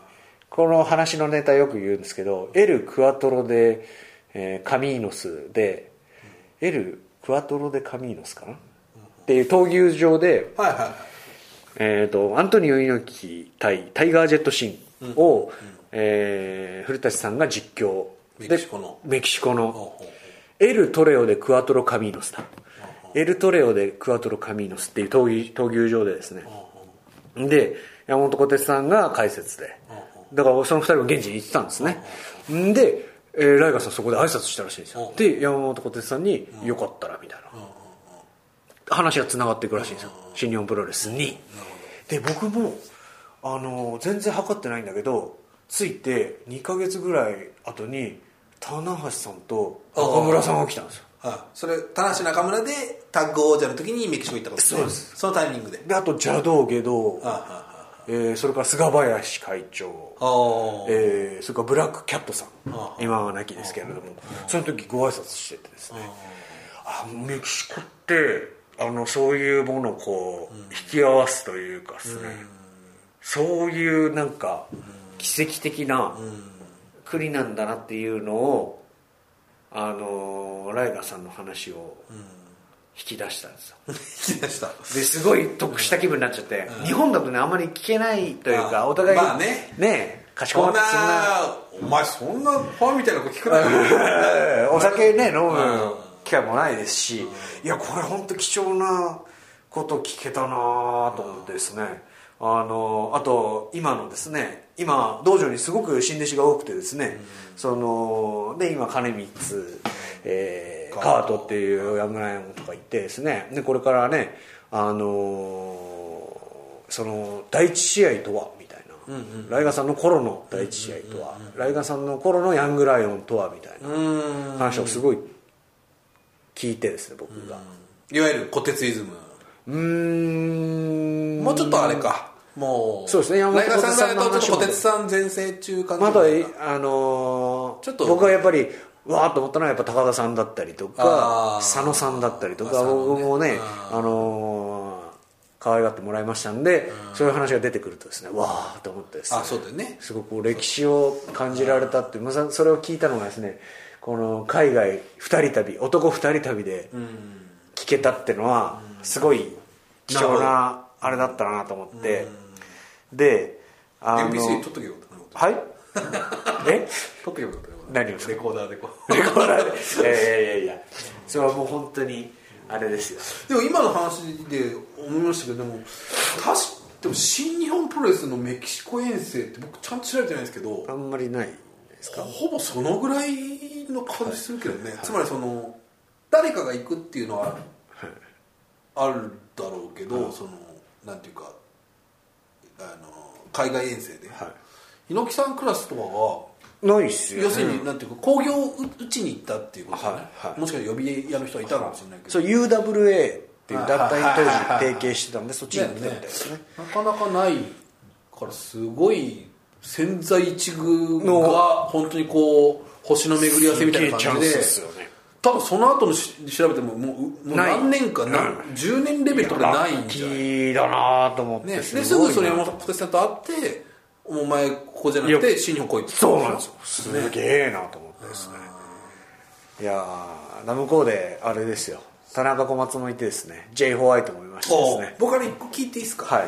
[SPEAKER 1] この話のネタよく言うんですけど「エル・クアトロ・でえーカミーノス」で「エル・クアトロ・でカミーノス」かなっていう闘牛場で
[SPEAKER 2] はいはいはい
[SPEAKER 1] えー、とアントニオ猪木対タイガー・ジェット・シンを、えー古舘さんが実況
[SPEAKER 2] メ
[SPEAKER 1] で
[SPEAKER 2] キシコの
[SPEAKER 1] メキシコの
[SPEAKER 2] ほうほう
[SPEAKER 1] エル・トレオ・でクアトロ・カミーノスだエル・トレオ・でクアトロ・カミーノスっていう闘牛闘牛場でですねで山本小鉄さんが解説でだからその2人が現地に行ってたんですねんで、えーライガーさんそこで挨拶したらしいんですよで山本小鉄さんに「よかったら」みたいな話がつながっていくらしいんですよ新日本プロレスにで僕もあの全然測ってないんだけどついて2ヶ月ぐらい後に棚橋さんと中村さんが来たんですよ
[SPEAKER 2] はいそれ田中中村でタッグ王者の時にメキシコ行ったことですね
[SPEAKER 1] そうです
[SPEAKER 2] そのタイミングで
[SPEAKER 1] であと邪道下
[SPEAKER 2] あ
[SPEAKER 1] 道、
[SPEAKER 2] あ
[SPEAKER 1] えーそれから菅林会長
[SPEAKER 2] あ [LAUGHS] あ
[SPEAKER 1] えーそれからブラックキャットさん
[SPEAKER 2] ああ
[SPEAKER 1] 今は亡きですけれどもその時ご挨拶しててですねあメキシコってあのそういうものをこう引き合わすというかですねそういうなんか奇跡的な国なんだなっていうのをあのーライガーさんの話を引き出したんですよ
[SPEAKER 2] 聞き出した
[SPEAKER 1] ですごい得した気分になっちゃって、日本だとねあんまり聞けないというか、
[SPEAKER 2] うん
[SPEAKER 1] お互い
[SPEAKER 2] まあね
[SPEAKER 1] ねえかしこ
[SPEAKER 2] そ
[SPEAKER 1] まっ
[SPEAKER 2] ん
[SPEAKER 1] て
[SPEAKER 2] な
[SPEAKER 1] そんな
[SPEAKER 2] お前そんなファンみたいな子聞くなよ
[SPEAKER 1] えーお酒ね飲む機会もないですし、いやこれ本当貴重なこと聞けたなと思ってですね、あのあと今のですね今道場にすごく新弟子が多くてですね、そので今金光、えー、カートっていうヤムライオンとか行ってですねでこれからねあのその第一試合とはみたいな、ライガーさんの頃の第一試合とは、ライガーさんの頃のヤングライオンとはみたいな、
[SPEAKER 2] うん
[SPEAKER 1] 話をすごい聞いてですね僕が
[SPEAKER 2] いわゆる虎鉄イズム
[SPEAKER 1] うーん
[SPEAKER 2] もうちょっとあれかもう
[SPEAKER 1] そうですね山
[SPEAKER 2] 山
[SPEAKER 1] 本
[SPEAKER 2] 本さんだ
[SPEAKER 1] 小鉄さんの話も
[SPEAKER 2] とちょっと虎鉄さん全盛中感じ
[SPEAKER 1] まだあのー
[SPEAKER 2] ちょっと
[SPEAKER 1] 僕はやっぱりわーっと思ったのはやっぱ高田さんだったりとか
[SPEAKER 2] あー
[SPEAKER 1] 佐野さんだったりとか
[SPEAKER 2] 佐野ね
[SPEAKER 1] 僕もね
[SPEAKER 2] あ
[SPEAKER 1] あのー可愛がってもらいましたんで、そういう話が出てくるとですねわあと思ってですね
[SPEAKER 2] あそうだよね
[SPEAKER 1] すごくこう歴史を感じられたってまあさそれを聞いたのがですねこの海外2人旅男2人旅で聞けたってのはすごい貴重なあれだったなと思ってであ
[SPEAKER 2] NPC 撮っとけよかった
[SPEAKER 1] はいえ
[SPEAKER 2] 撮っとけよかったね
[SPEAKER 1] 何をですか
[SPEAKER 2] レコーダーでこう
[SPEAKER 1] レコーダーでいやいやいやいやそれはもう本当にあれですよ
[SPEAKER 2] でも今の話で思いましたけどでも確かでも新日本プロレスのメキシコ遠征って僕ちゃんと調べてないんですけど
[SPEAKER 1] あんまりないですか
[SPEAKER 2] ほぼそのぐらいの感じするけどね、つまりその誰かが行くっていうのはあるだろうけど、そのなんていうかあの海外遠征で、
[SPEAKER 1] は
[SPEAKER 2] 猪木さんクラスとかは
[SPEAKER 1] ないっすよ、ね、
[SPEAKER 2] 要するになんていうか興行を打ちに行ったっていうことだね、
[SPEAKER 1] はいはい
[SPEAKER 2] もしかしたら予備屋の人はいたかもしれないけど、
[SPEAKER 1] そう UWA っていう団体に当時
[SPEAKER 2] はいはいはいはい
[SPEAKER 1] 提携してたんでそっちに行ったみたいですね
[SPEAKER 2] なかなかないからすごい千載一遇が
[SPEAKER 1] の
[SPEAKER 2] 本当にこう星の巡り合わせみたいな
[SPEAKER 1] すげえ
[SPEAKER 2] 感じで
[SPEAKER 1] チャンスですよね
[SPEAKER 2] 多分その後のし調べてももううもう
[SPEAKER 1] ない
[SPEAKER 2] 何年かな
[SPEAKER 1] うん
[SPEAKER 2] 10年レベルとかないんじゃない、ね、
[SPEAKER 1] いだなと思って、
[SPEAKER 2] ですぐそれ
[SPEAKER 1] も
[SPEAKER 2] 山本さんと会って「お前ここじゃなく
[SPEAKER 1] い
[SPEAKER 2] て
[SPEAKER 1] や
[SPEAKER 2] 新日本来い」って
[SPEAKER 1] そうなんですよすげえなと思ってですねいやーナムコであれですよ田中小松もいてですね J ホワイトもいましたです
[SPEAKER 2] お
[SPEAKER 1] ね
[SPEAKER 2] 僕から一個聞いていいですか、
[SPEAKER 1] はい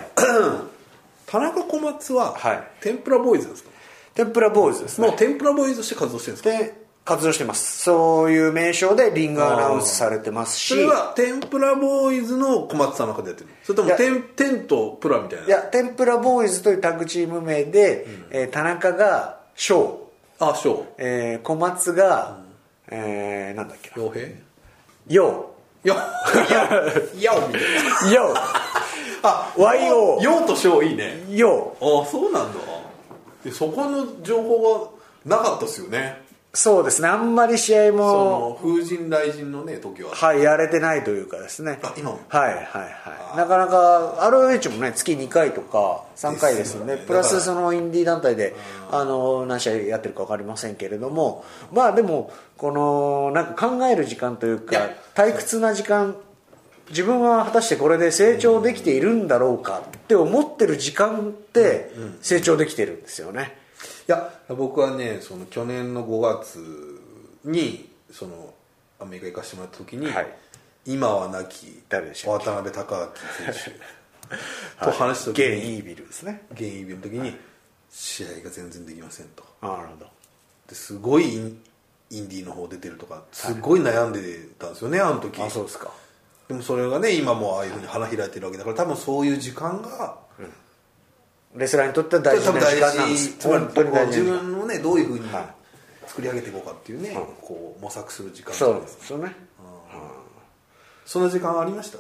[SPEAKER 2] 田中小松は、
[SPEAKER 1] はい
[SPEAKER 2] 天ぷらボーイズですか
[SPEAKER 1] 天ぷらボーイズですね
[SPEAKER 2] もう天ぷらボーイズとして活動してるんですか
[SPEAKER 1] で活動してますそういう名称でリングアナウンスされてますし
[SPEAKER 2] それは天ぷらボーイズの小松さんの中でやってるのそれと
[SPEAKER 1] い
[SPEAKER 2] も
[SPEAKER 1] や
[SPEAKER 2] 天天とプラみたいない
[SPEAKER 1] や天ぷらボーイズというタッグチーム名で、えー田中が翔、
[SPEAKER 2] あ翔
[SPEAKER 1] えー小松が、えーなんだっけな
[SPEAKER 2] 洋平
[SPEAKER 1] 陽
[SPEAKER 2] よ [LAUGHS] やおみたいな
[SPEAKER 1] 陽
[SPEAKER 2] あ
[SPEAKER 1] YO
[SPEAKER 2] 陽と翔いいね
[SPEAKER 1] 陽
[SPEAKER 2] ああそうなんだでそこの情報がなかったですよね
[SPEAKER 1] そうですねあんまり試合
[SPEAKER 2] そ
[SPEAKER 1] も
[SPEAKER 2] の風神雷神のね時は
[SPEAKER 1] はい、やれてないというかですね
[SPEAKER 2] あ今も
[SPEAKER 1] はいはいはいなかなか ROH もね月2回とか3回ですよね
[SPEAKER 2] ですよね
[SPEAKER 1] プラ
[SPEAKER 2] だか
[SPEAKER 1] ス
[SPEAKER 2] ら
[SPEAKER 1] そのインディー団体であの何試合やってるか分かりませんけれどもまあでもこのなんか考える時間という
[SPEAKER 2] い
[SPEAKER 1] か
[SPEAKER 2] や
[SPEAKER 1] 退屈な時間自分は果たしてこれで成長できているんだろうかって思ってる時間って成長できてるんですよね
[SPEAKER 2] いや僕はねその去年の5月にそのアメリカ行かせてもらった時に、
[SPEAKER 1] はい
[SPEAKER 2] 今は亡き
[SPEAKER 1] 誰でしたっ
[SPEAKER 2] 渡辺隆明選
[SPEAKER 1] [LAUGHS]
[SPEAKER 2] 手と話した時
[SPEAKER 1] ゲ
[SPEAKER 2] に
[SPEAKER 1] イイービルですね
[SPEAKER 2] 現イベの時に試合が全然できませんと
[SPEAKER 1] あなるほど
[SPEAKER 2] ですごいインインディーの方出てるとかすごい悩んでたんですよねあの時
[SPEAKER 1] あそうですか
[SPEAKER 2] でもそれがね今もうああいうふうに花開いてるわけだから多分そういう時間が
[SPEAKER 1] レスラーにとっては大事な時間なんです
[SPEAKER 2] 多分
[SPEAKER 1] 本当に大事な時
[SPEAKER 2] 自
[SPEAKER 1] 間
[SPEAKER 2] 分をねどういうふうに
[SPEAKER 1] は
[SPEAKER 2] 作り上げていこうかっていうね、こう模索する時間
[SPEAKER 1] そうですよね
[SPEAKER 2] その時間はありました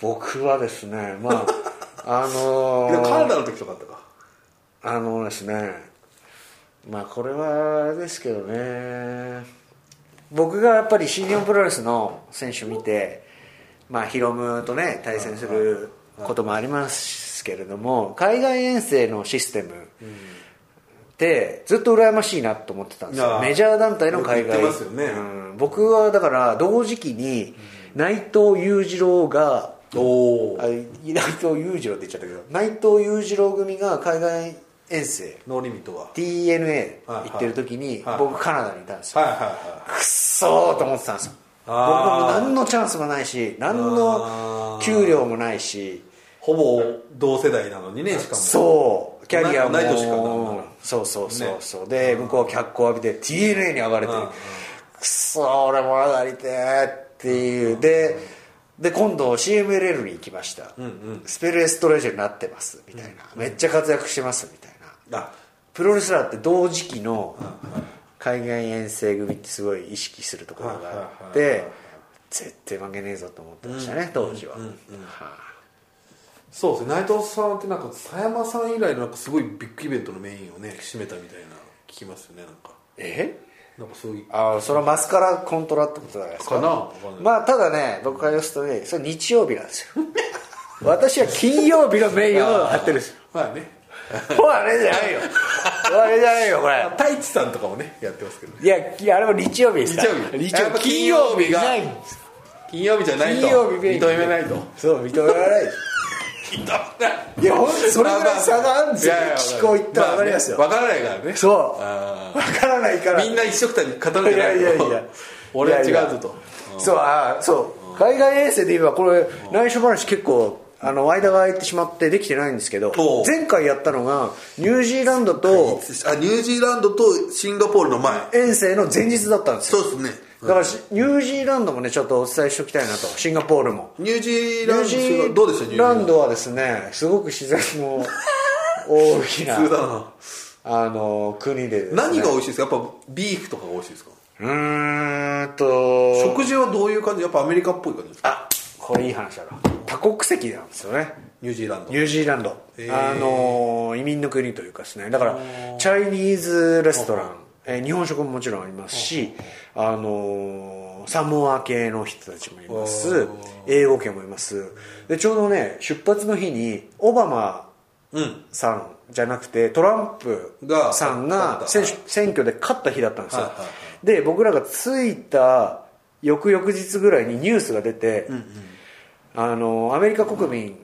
[SPEAKER 1] 僕はですねま [LAUGHS] ああ
[SPEAKER 2] でもカナ
[SPEAKER 1] のー
[SPEAKER 2] ダの時とかあったか
[SPEAKER 1] あのですねまあこれはあれですけどね僕がやっぱり新日本プロレスの選手見てまあヒロムとね対戦することもありますけれども海外遠征のシステムってずっと羨ましいなと思ってたんです
[SPEAKER 2] あ
[SPEAKER 1] よ
[SPEAKER 2] あ
[SPEAKER 1] メジャー団体の海
[SPEAKER 2] よく
[SPEAKER 1] 外
[SPEAKER 2] 言ってますよね
[SPEAKER 1] うん僕はだから同時期に内藤裕次郎が
[SPEAKER 2] お
[SPEAKER 1] あ内藤裕次郎って言っちゃったけど内藤裕次郎組が海外遠征
[SPEAKER 2] ノーリミットは
[SPEAKER 1] DNA
[SPEAKER 2] はいはい
[SPEAKER 1] 行ってる時に
[SPEAKER 2] はい
[SPEAKER 1] 僕カナダにいたんですよ
[SPEAKER 2] はいはいは
[SPEAKER 1] くっそーと思ってたんですよ僕
[SPEAKER 2] あー
[SPEAKER 1] も何のチャンスもないし何の給料もないし
[SPEAKER 2] いほぼ同世代なのにねしかも
[SPEAKER 1] そうキャリアも
[SPEAKER 2] 同い年かなんなら
[SPEAKER 1] そうそうそうそう、で向こう脚光浴びて TNA に暴れて
[SPEAKER 2] うんうん
[SPEAKER 1] くっそ俺も上がりてーっていうでで今度 CMLL に行きました、スペルエストレージョンになってますみたいな、めっちゃ活躍してますみたいな
[SPEAKER 2] あ
[SPEAKER 1] プロレスラーって同時期の海外遠征組ってすごい意識するところがあ
[SPEAKER 2] は
[SPEAKER 1] っ
[SPEAKER 2] いはいはい
[SPEAKER 1] て
[SPEAKER 2] はい
[SPEAKER 1] 絶対負けねえぞと思ってましたね、当時は、はい
[SPEAKER 2] そうですね内藤さんってなんか佐山さん以来のなんかすごいビッグイベントのメインをね締めたみたいな聞きますよねなんか
[SPEAKER 1] え
[SPEAKER 2] なんかそういう
[SPEAKER 1] ああそのマスカラコントラってことじゃないですか
[SPEAKER 2] かなわかんない
[SPEAKER 1] まあただね僕から言わすとねそれ日曜日なんですよ私は金曜日のメインを張ってるんですよ
[SPEAKER 2] まあね
[SPEAKER 1] もうあれじゃないよもうあれじゃないよこれ
[SPEAKER 2] 太一さんとかもねやってますけどね
[SPEAKER 1] いやきあれも日曜日ですから
[SPEAKER 2] 日曜日やっぱ金曜日が
[SPEAKER 1] ないんです
[SPEAKER 2] 金曜日じゃないと
[SPEAKER 1] 金曜日メイン
[SPEAKER 2] 認めないと
[SPEAKER 1] そう認められない
[SPEAKER 2] 聞いたない
[SPEAKER 1] やほんそれぐらい差があるんですよ
[SPEAKER 2] いやいや
[SPEAKER 1] 聞こう言ったら分かりますよ
[SPEAKER 2] まあね分からないからね
[SPEAKER 1] そう
[SPEAKER 2] あ
[SPEAKER 1] 分からないか
[SPEAKER 2] ー
[SPEAKER 1] ら
[SPEAKER 2] みんな一緒くたに語るん
[SPEAKER 1] い
[SPEAKER 2] じゃな
[SPEAKER 1] や
[SPEAKER 2] い
[SPEAKER 1] いやいや
[SPEAKER 2] [LAUGHS] 俺は違うぞと
[SPEAKER 1] そうあーそう海外遠征で言えばこれ内緒話結構あの間が空いてしまってできてないんですけど
[SPEAKER 2] おう
[SPEAKER 1] 前回やったのがニュージーランドと
[SPEAKER 2] あニュージーランドとシンガポールの前
[SPEAKER 1] 遠征の前日だったんですよ
[SPEAKER 2] そうですね
[SPEAKER 1] だからしニュージーランドもねちょっとお伝えしておきたいなとシンガポールも
[SPEAKER 2] ニュージー
[SPEAKER 1] ニ
[SPEAKER 2] ラ
[SPEAKER 1] ュージ
[SPEAKER 2] ンドどうでしたニュージ
[SPEAKER 1] ー
[SPEAKER 2] ーラ
[SPEAKER 1] ラ
[SPEAKER 2] ン
[SPEAKER 1] ン
[SPEAKER 2] ド
[SPEAKER 1] ドはですねすごく自然
[SPEAKER 2] [LAUGHS]
[SPEAKER 1] の大きな
[SPEAKER 2] 普通だな
[SPEAKER 1] あの国でですね
[SPEAKER 2] 何が美味しいですかやっぱビーフとかが美味しいですか
[SPEAKER 1] うーんと
[SPEAKER 2] 食事はどういう感じやっぱアメリカっぽい感じですか
[SPEAKER 1] あこれいい話だな多国籍なんですよね
[SPEAKER 2] ニュージーランド
[SPEAKER 1] ニュージーランド、
[SPEAKER 2] へー
[SPEAKER 1] あの移民の国というかですねだからチャイニーズレストラン、えー日本食ももちろんありますし、あのーサモア系の人たちもいます
[SPEAKER 2] おー
[SPEAKER 1] 英語系もいますでちょうどね出発の日にオバマ
[SPEAKER 2] うん
[SPEAKER 1] さんじゃなくてトランプ
[SPEAKER 2] が
[SPEAKER 1] さ
[SPEAKER 2] 勝
[SPEAKER 1] んが
[SPEAKER 2] った
[SPEAKER 1] 選手選挙で勝った日だったんですよ、
[SPEAKER 2] はいはいは
[SPEAKER 1] で僕らが着いた翌々日ぐらいにニュースが出て、あのアメリカ国民、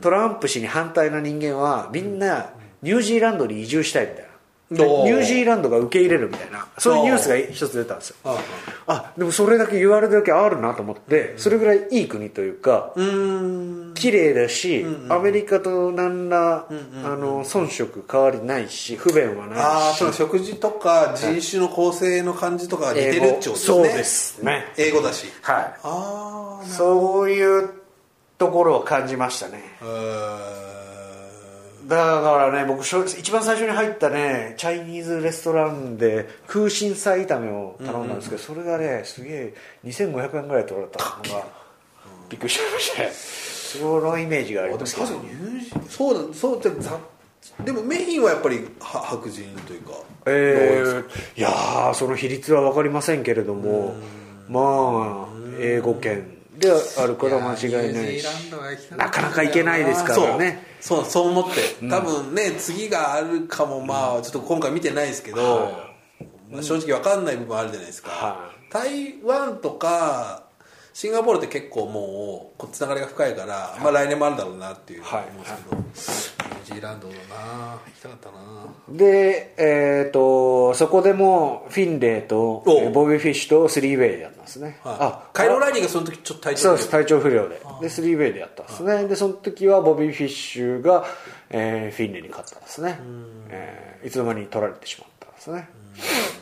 [SPEAKER 1] トランプ氏に反対な人間はみんなニュージーランドに移住したいみたいなで
[SPEAKER 2] おー
[SPEAKER 1] ニュージーランドが受け入れるみたいなそういうニュースが一つ出たんですよ
[SPEAKER 2] あ
[SPEAKER 1] あでもそれだけ言われるだけあるなと思ってそれぐらいいい国というか、
[SPEAKER 2] うーん
[SPEAKER 1] 綺麗だし、アメリカと何ら、あの遜色変わりないし不便は
[SPEAKER 2] あ
[SPEAKER 1] な
[SPEAKER 2] あ
[SPEAKER 1] いし
[SPEAKER 2] その食事とか人種の構成の感じとかが似てるっ
[SPEAKER 1] 英
[SPEAKER 2] ちゅう
[SPEAKER 1] 語
[SPEAKER 2] ことですね
[SPEAKER 1] そうですね
[SPEAKER 2] 英語だし
[SPEAKER 1] は
[SPEAKER 2] あ
[SPEAKER 1] いそういうところを感じましたね
[SPEAKER 2] あう
[SPEAKER 1] だからね僕しょ一番最初に入ったねチャイニーズレストランで空心菜炒めを頼んだんですけど、それがねすげえ2500円ぐらい取られたのがびっくりしましたねそのイメージがあ
[SPEAKER 2] ーんあで
[SPEAKER 1] り
[SPEAKER 2] も
[SPEAKER 1] ます
[SPEAKER 2] 確
[SPEAKER 1] けど
[SPEAKER 2] かにニュージーそうだそうでもざでもメインはやっぱりは白人というか
[SPEAKER 1] え
[SPEAKER 2] どうです
[SPEAKER 1] ーいやーその比率は分かりませんけれどもまあ英語圏であるから間違いないしなかなか行けないですからね
[SPEAKER 2] そうそうそう思って多分ね、次があるかもまあちょっと今回見てないですけど、まあ、正直わかんない部分あるじゃないですか、
[SPEAKER 1] は
[SPEAKER 2] 台湾とかシンガポールって結構もうこうつながりが深いから、まあ来年もあるだろうなっていう
[SPEAKER 1] はい
[SPEAKER 2] 思うんですけど、ニュージーランドだな行きたかったな
[SPEAKER 1] でえっ、とそこでもフィンレイと
[SPEAKER 2] お
[SPEAKER 1] えーボビー・フィッシュとスリーウェイやったんですね、
[SPEAKER 2] はいカイロライニーがその時ちょっと体調
[SPEAKER 1] そう
[SPEAKER 2] 悪
[SPEAKER 1] で
[SPEAKER 2] い
[SPEAKER 1] す体調不良ででスリーウェイでやったんですねでその時はボビー・フィッシュが、えーフィンレイに勝ったんですね、えーいつの間に取られてしまったんですね、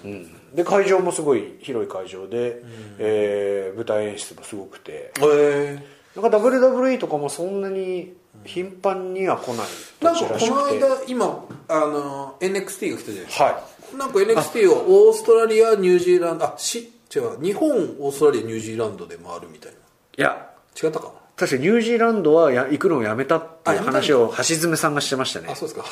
[SPEAKER 1] うん、で会場もすごい広い会場で、えー舞台演出もすごくて
[SPEAKER 2] へえ
[SPEAKER 1] なんか WWE とかもそんなに頻繁には来ない
[SPEAKER 2] なん
[SPEAKER 1] 土
[SPEAKER 2] か
[SPEAKER 1] 地ら
[SPEAKER 2] こ
[SPEAKER 1] し
[SPEAKER 2] の
[SPEAKER 1] く
[SPEAKER 2] 間
[SPEAKER 1] て
[SPEAKER 2] 今あの NXT が来たじゃないですか
[SPEAKER 1] は
[SPEAKER 2] なんか NXT をオーストラリアニュージーランドあし違う日本オーストラリアニュージーランドで回るみたいない
[SPEAKER 1] いや
[SPEAKER 2] 違ったかな
[SPEAKER 1] 確かニュージーランドはや行くのをやめたって
[SPEAKER 2] あ
[SPEAKER 1] いう
[SPEAKER 2] やめたんだ
[SPEAKER 1] 話を橋爪さんがしてましたね
[SPEAKER 2] あそうですか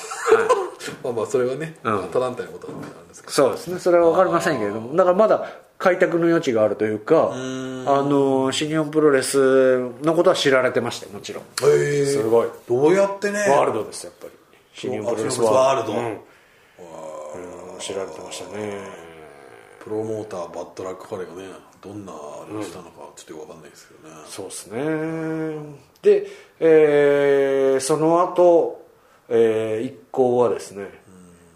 [SPEAKER 2] まあまあそれはね、
[SPEAKER 1] うん
[SPEAKER 2] アタランタのことなんですけど
[SPEAKER 1] そうですねそれは分かりませんけれどもだからまだ開拓の余地があるというかあの新日本プロレスのことは知られてましたよもちろん
[SPEAKER 2] へえ
[SPEAKER 1] すごい
[SPEAKER 2] どうやってね
[SPEAKER 1] ワールドですやっぱり新日本プロレ
[SPEAKER 2] あ
[SPEAKER 1] ス
[SPEAKER 2] 新日本プロレスワール
[SPEAKER 1] うんうん知られてましたね
[SPEAKER 2] プロモーターバッドラック彼がねどんなあれをしたのかちょっとよくわかんないですけどね、
[SPEAKER 1] そうですねで、えーその後、えー一行はですね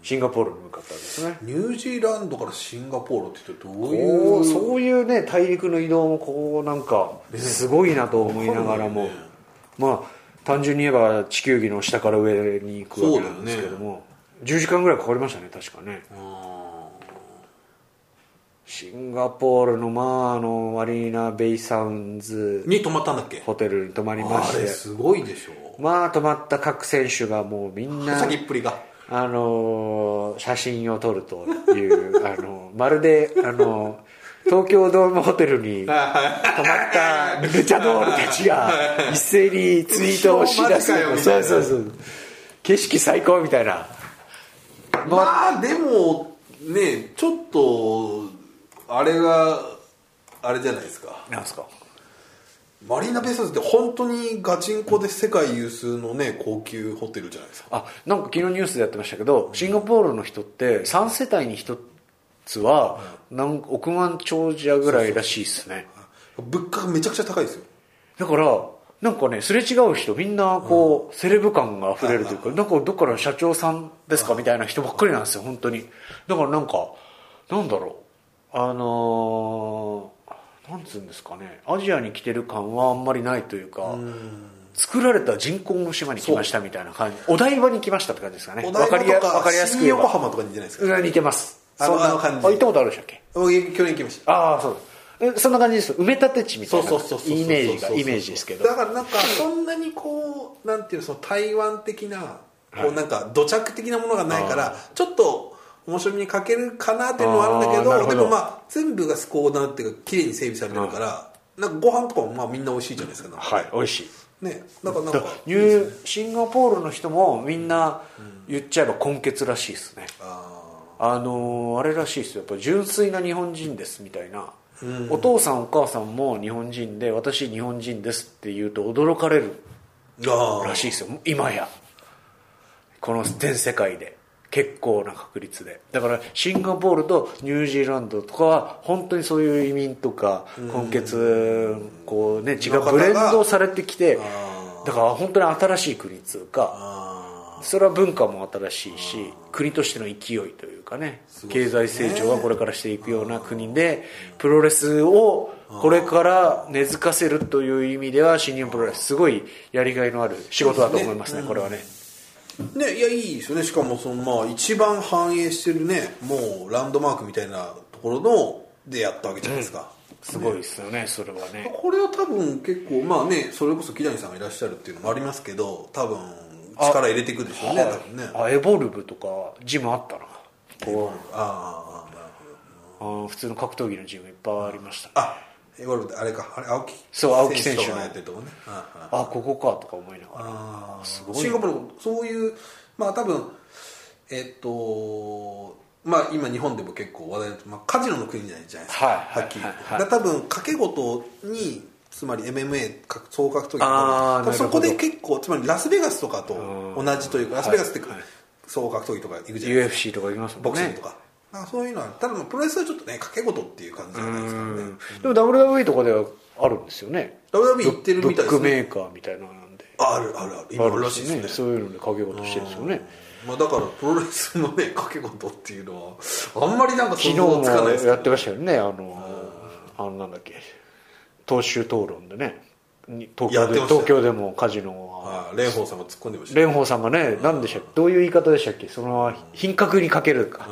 [SPEAKER 1] シンガポールに向かったんですね
[SPEAKER 2] ニュージーランドからシンガポールって言ってどう
[SPEAKER 1] お
[SPEAKER 2] い
[SPEAKER 1] ー
[SPEAKER 2] う
[SPEAKER 1] そういうね大陸の移動もこうなんかすごいなと思いながらも、
[SPEAKER 2] ね
[SPEAKER 1] まあ単純に言えば地球儀の下から上に行くわけなんですけども、10時間ぐらいかかりましたね確かね
[SPEAKER 2] あ
[SPEAKER 1] シンガポールのまああのアリーナベイサウンズ
[SPEAKER 2] ーに泊まったんだっけ
[SPEAKER 1] ホテルに泊まりま
[SPEAKER 2] あ
[SPEAKER 1] し
[SPEAKER 2] れ
[SPEAKER 1] て
[SPEAKER 2] すごいでしょ
[SPEAKER 1] まあ泊まった各選手がもうみんな
[SPEAKER 2] 先っぷりが
[SPEAKER 1] あのー写真を撮るという [LAUGHS] あのまるであの東京ドームホテルに泊まったルチャドールたちが一斉にツイートをしだす
[SPEAKER 2] マジかよみた
[SPEAKER 1] そ
[SPEAKER 2] いうな
[SPEAKER 1] そうそう景色最高みたいな
[SPEAKER 2] まあでもねちょっとあれがあれじゃないですか
[SPEAKER 1] なんですか
[SPEAKER 2] マリーナ・ベイサンズって本当にガチンコで世界有数のね高級ホテルじゃないですか
[SPEAKER 1] あなんか昨日ニュースでやってましたけどシンガポールの人って3世帯に1つは何億万長者ぐらいらしいですね
[SPEAKER 2] 物価がめちゃくちゃ高いですよ
[SPEAKER 1] だからなんかねすれ違う人みんなこう、セレブ感が溢れるというかなんかどっかの社長さんですかみたいな人ばっかりなんですよ本当にだからなんかなんだろうあのーなんつうんですかねアジアに来てる感はあんまりないというか、作られた人工の島に来ましたみたいな感じお台場に来ましたって感じですかね
[SPEAKER 2] お
[SPEAKER 1] わか
[SPEAKER 2] 台
[SPEAKER 1] りや
[SPEAKER 2] 場と
[SPEAKER 1] わか
[SPEAKER 2] か
[SPEAKER 1] りやす
[SPEAKER 2] 新
[SPEAKER 1] く言えば
[SPEAKER 2] 横浜とかにじゃないですか
[SPEAKER 1] うん似てます
[SPEAKER 2] あの
[SPEAKER 1] そんな
[SPEAKER 2] あの感じ
[SPEAKER 1] あ行ったことあるでしたっけ
[SPEAKER 2] 僕去年行きました
[SPEAKER 1] ああそうですえそんな感じです埋め立て地みたいなイ
[SPEAKER 2] そうそうそうそう
[SPEAKER 1] メージが
[SPEAKER 2] そうそうそう
[SPEAKER 1] イメージですけど
[SPEAKER 2] だからなんかそんなにこうなんていうのその台湾的なこうなんか土着的なものがないからちょっと面白みに欠けるかなっていうのはあるんだけ
[SPEAKER 1] あーなる
[SPEAKER 2] ど
[SPEAKER 1] ほど
[SPEAKER 2] でもまあ全部がスコーなんていうか綺麗に整備されてるからなんかご飯とかもまあみんな美味しいじゃないですかなんか
[SPEAKER 1] はい美味しい
[SPEAKER 2] ねだからなん
[SPEAKER 1] だ
[SPEAKER 2] か
[SPEAKER 1] ニューシンガポールの人もみんな言っちゃえば根血らしいですね
[SPEAKER 2] あ
[SPEAKER 1] あのーあれらしいですよやっぱ純粋な日本人ですみたいな、お父さんお母さんも日本人で私日本人ですって言うと驚かれる
[SPEAKER 2] ーあー
[SPEAKER 1] らしいですよ今やこの全世界で結構な確率でだからシンガポールとニュージーランドとかは本当にそういう移民とか根血こうね血がブレンドされてきてだから本当に新しい国っつうか
[SPEAKER 2] あ
[SPEAKER 1] それは文化も新しいし国としての勢いというかね経済成長はこれからしていくような国でプロレスをこれから根付かせるという意味では新日本プロレスすごいやりがいのある仕事だと思いますねこれはね。
[SPEAKER 2] ーねいやいいですよねしかもそのまあ一番反映してるねもうランドマークみたいなところのでやったわけじゃないですか、
[SPEAKER 1] すごいですよねそれはね
[SPEAKER 2] これは多分結構まあねそれこそ木谷さんがいらっしゃるっていうのもありますけど多分力入れていくでしょうね多分ねあ
[SPEAKER 1] あエボルブとかジムあったなこう
[SPEAKER 2] あーなるほど
[SPEAKER 1] あの普通の格闘技のジムいっぱいありましたね
[SPEAKER 2] あエゴルフあれかあれ青木
[SPEAKER 1] そう青木選手の
[SPEAKER 2] とかがやってるとこねあ
[SPEAKER 1] あここかとか思いながら
[SPEAKER 2] あす
[SPEAKER 1] ごい
[SPEAKER 2] シンガポールもそういうまあ多分えっとまあ今日本でも結構話題になって、まあ、カジノの国じゃないじゃないですか
[SPEAKER 1] はい
[SPEAKER 2] っきり
[SPEAKER 1] はい
[SPEAKER 2] 言って、
[SPEAKER 1] はい
[SPEAKER 2] だから多分賭け事につまり MMA 格総格闘技と
[SPEAKER 1] あー
[SPEAKER 2] か
[SPEAKER 1] なるほど
[SPEAKER 2] そこで結構つまりラスベガスとかと同じというかラスベガスって
[SPEAKER 1] はい
[SPEAKER 2] 総格闘技とか行くじゃないですか
[SPEAKER 1] UFC とか行きますも
[SPEAKER 2] ボ
[SPEAKER 1] ん
[SPEAKER 2] クシング
[SPEAKER 1] ね
[SPEAKER 2] とか,、そういうのはただまあプロレスはちょっとね賭け事っていう感じじゃないですかね
[SPEAKER 1] でも WWE とかではあるんですよね
[SPEAKER 2] WWE 行ってるみたいですね
[SPEAKER 1] ブックメーカーみたいなのなんで
[SPEAKER 2] あるあるある今あるらしいですね
[SPEAKER 1] あるんそういうので掛け事してるんですよね
[SPEAKER 2] まあ、だからプロレスのね掛け事っていうのはあんまりなんか
[SPEAKER 1] 昨
[SPEAKER 2] 想
[SPEAKER 1] 日
[SPEAKER 2] 像
[SPEAKER 1] も
[SPEAKER 2] つかないです
[SPEAKER 1] やってましたよねあのあのなんだっけ党首討論でねに東
[SPEAKER 2] やっ
[SPEAKER 1] 京で
[SPEAKER 2] てましたよ
[SPEAKER 1] 東京でもカジノは
[SPEAKER 2] はい蓮舫さんが突っ込んでましたよ
[SPEAKER 1] 蓮舫さんがね何でしたっけどういう言い方でしたっけその品格にかけるか、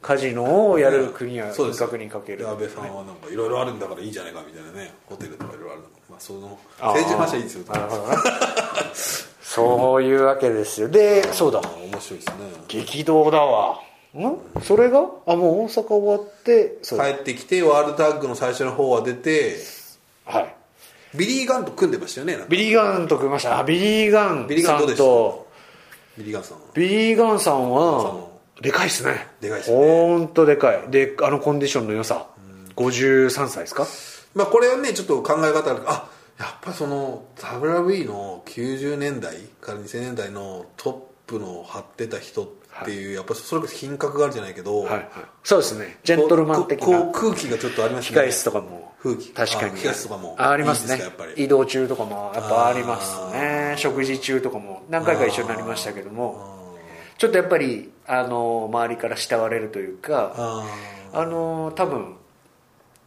[SPEAKER 1] カジノをやる国は
[SPEAKER 2] そうで
[SPEAKER 1] 品
[SPEAKER 2] す
[SPEAKER 1] 格にかけ
[SPEAKER 2] で
[SPEAKER 1] る
[SPEAKER 2] 安倍さんはなんかいろいろあるんだからいいじゃないかみたいなねホテルとかいろいろあるのまあその
[SPEAKER 1] あー
[SPEAKER 2] 政治の話はいいですよ
[SPEAKER 1] なるほどなそういうわけですよでそうだ
[SPEAKER 2] あー面白いですね
[SPEAKER 1] 激動だわんそれがあもう大阪終わってそうだ
[SPEAKER 2] 帰ってきてワールドタッグの最初の方は出て
[SPEAKER 1] はい
[SPEAKER 2] ビリー・ガンと組んでましたよねなんか
[SPEAKER 1] ビリーガンと組みましたあビリーガン
[SPEAKER 2] ビリーガンど
[SPEAKER 1] さ
[SPEAKER 2] うんでした
[SPEAKER 1] と
[SPEAKER 2] ビリー・ガンさんは
[SPEAKER 1] ビリーガンさん
[SPEAKER 2] さん
[SPEAKER 1] は
[SPEAKER 2] も
[SPEAKER 1] でかいっすね
[SPEAKER 2] でかいっすね
[SPEAKER 1] ほんとでかいであのコンディションの良さ53歳ですか
[SPEAKER 2] まあこれはねちょっと考え方あるあやっぱその WWE の90年代から2000年代のトップの張ってた人っていう、やっぱそれこそ品格があるじゃないけど、
[SPEAKER 1] はいはい、そうですねジェントルマン的
[SPEAKER 2] こう
[SPEAKER 1] な
[SPEAKER 2] こう空気がちょっとありますね
[SPEAKER 1] 控室とかも
[SPEAKER 2] 空気
[SPEAKER 1] 確か
[SPEAKER 2] あ
[SPEAKER 1] に
[SPEAKER 2] 控室とかも
[SPEAKER 1] ああります
[SPEAKER 2] いい
[SPEAKER 1] ね
[SPEAKER 2] ですかやっぱり
[SPEAKER 1] 移動中とかもやっぱありますね食事中とかも何回か一緒になりましたけどもちょっとやっぱりあの周りから慕われるというか
[SPEAKER 2] あ
[SPEAKER 1] あの多分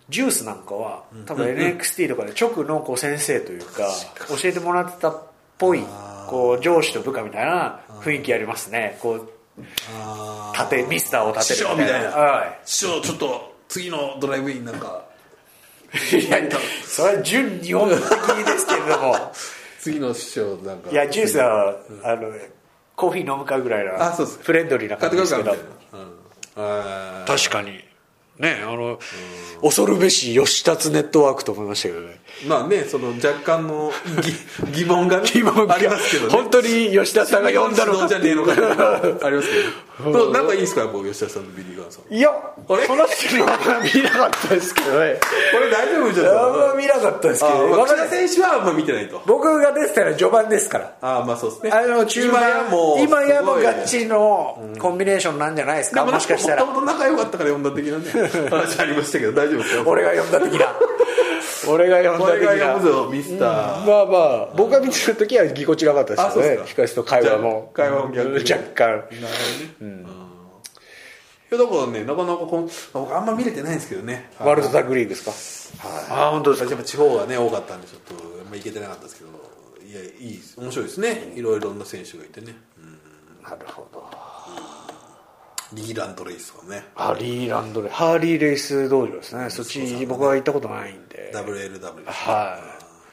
[SPEAKER 1] ジュースなんかは多分 NXT とかで直のこう先生というか教えてもらってたっぽいこう上司と部下みたいな雰囲気ありますねこう
[SPEAKER 2] ーあー
[SPEAKER 1] 立てミスターを立てる
[SPEAKER 2] 師匠みたいな
[SPEAKER 1] はい
[SPEAKER 2] 師匠ちょっと次のドライブインなんか
[SPEAKER 1] いやそれは純日本的ですけれども
[SPEAKER 2] 次の師匠なんか
[SPEAKER 1] いやジュースはあのコーヒー飲むかぐらい
[SPEAKER 2] あ
[SPEAKER 1] な
[SPEAKER 2] そうです
[SPEAKER 1] フレンドリーな
[SPEAKER 2] 買
[SPEAKER 1] 感
[SPEAKER 2] っ
[SPEAKER 1] じ
[SPEAKER 2] てく
[SPEAKER 1] で
[SPEAKER 2] る
[SPEAKER 1] す
[SPEAKER 2] か
[SPEAKER 1] け
[SPEAKER 2] みたい
[SPEAKER 1] ど
[SPEAKER 2] な、うんあー
[SPEAKER 1] 確かにねあの恐るべし吉達ネットワークと思いましたけどね
[SPEAKER 2] まあねその若干の [LAUGHS] 疑疑問がね
[SPEAKER 1] 今
[SPEAKER 2] ありますけどね
[SPEAKER 1] 本当に吉田さんが呼んだの
[SPEAKER 2] 指導じゃ
[SPEAKER 1] か
[SPEAKER 2] ねえのか
[SPEAKER 1] [LAUGHS]
[SPEAKER 2] ってありますけどどう仲いいんすかやっぱ吉田さんとビリー・ガンさんこ
[SPEAKER 1] いや
[SPEAKER 2] あれ
[SPEAKER 1] その人は見なかったですけどね
[SPEAKER 2] れ大丈夫じゃない
[SPEAKER 1] [LAUGHS] あんま見なかったですけどねわか
[SPEAKER 2] 吉
[SPEAKER 1] んない
[SPEAKER 2] 田選手はあんま見てないと
[SPEAKER 1] 僕が出てたのは序盤ですから
[SPEAKER 2] ああまあそうですね
[SPEAKER 1] あの中盤
[SPEAKER 2] 今やもう
[SPEAKER 1] 今やもう
[SPEAKER 2] すごい
[SPEAKER 1] ガッチリのコンビネーションなんじゃないです
[SPEAKER 2] で
[SPEAKER 1] か
[SPEAKER 2] も
[SPEAKER 1] もしかしたら [LAUGHS]
[SPEAKER 2] もともと仲良かったから呼んだ的なね話ありましたけど大丈夫ですか
[SPEAKER 1] 俺が呼んだ的な [LAUGHS] 俺が呼んだ
[SPEAKER 2] 俺
[SPEAKER 1] 的
[SPEAKER 2] が
[SPEAKER 1] な
[SPEAKER 2] 読むぞミスター、
[SPEAKER 1] まあまあ僕が見てる時はぎこちなかったで
[SPEAKER 2] あ
[SPEAKER 1] す
[SPEAKER 2] そう
[SPEAKER 1] よ
[SPEAKER 2] です
[SPEAKER 1] ね
[SPEAKER 2] か
[SPEAKER 1] ヒカシと会話も
[SPEAKER 2] じゃあ会話も逆に
[SPEAKER 1] 若干
[SPEAKER 2] なるほどね、うんいやだからねなかなかこん僕あんま見れてないんですけどね
[SPEAKER 1] ワールドタッグリーグですか
[SPEAKER 2] あ本当ですやっぱ地方がね多かったんでちょっとあんま行けてなかったですけどいやいい面白いですねいろいろな選手がいてね、
[SPEAKER 1] なるほど
[SPEAKER 2] うん、リーランドレイスとかね
[SPEAKER 1] ハリーランドレハーリーレース道場ですねそっち僕は行ったことないんで
[SPEAKER 2] WLW とか
[SPEAKER 1] は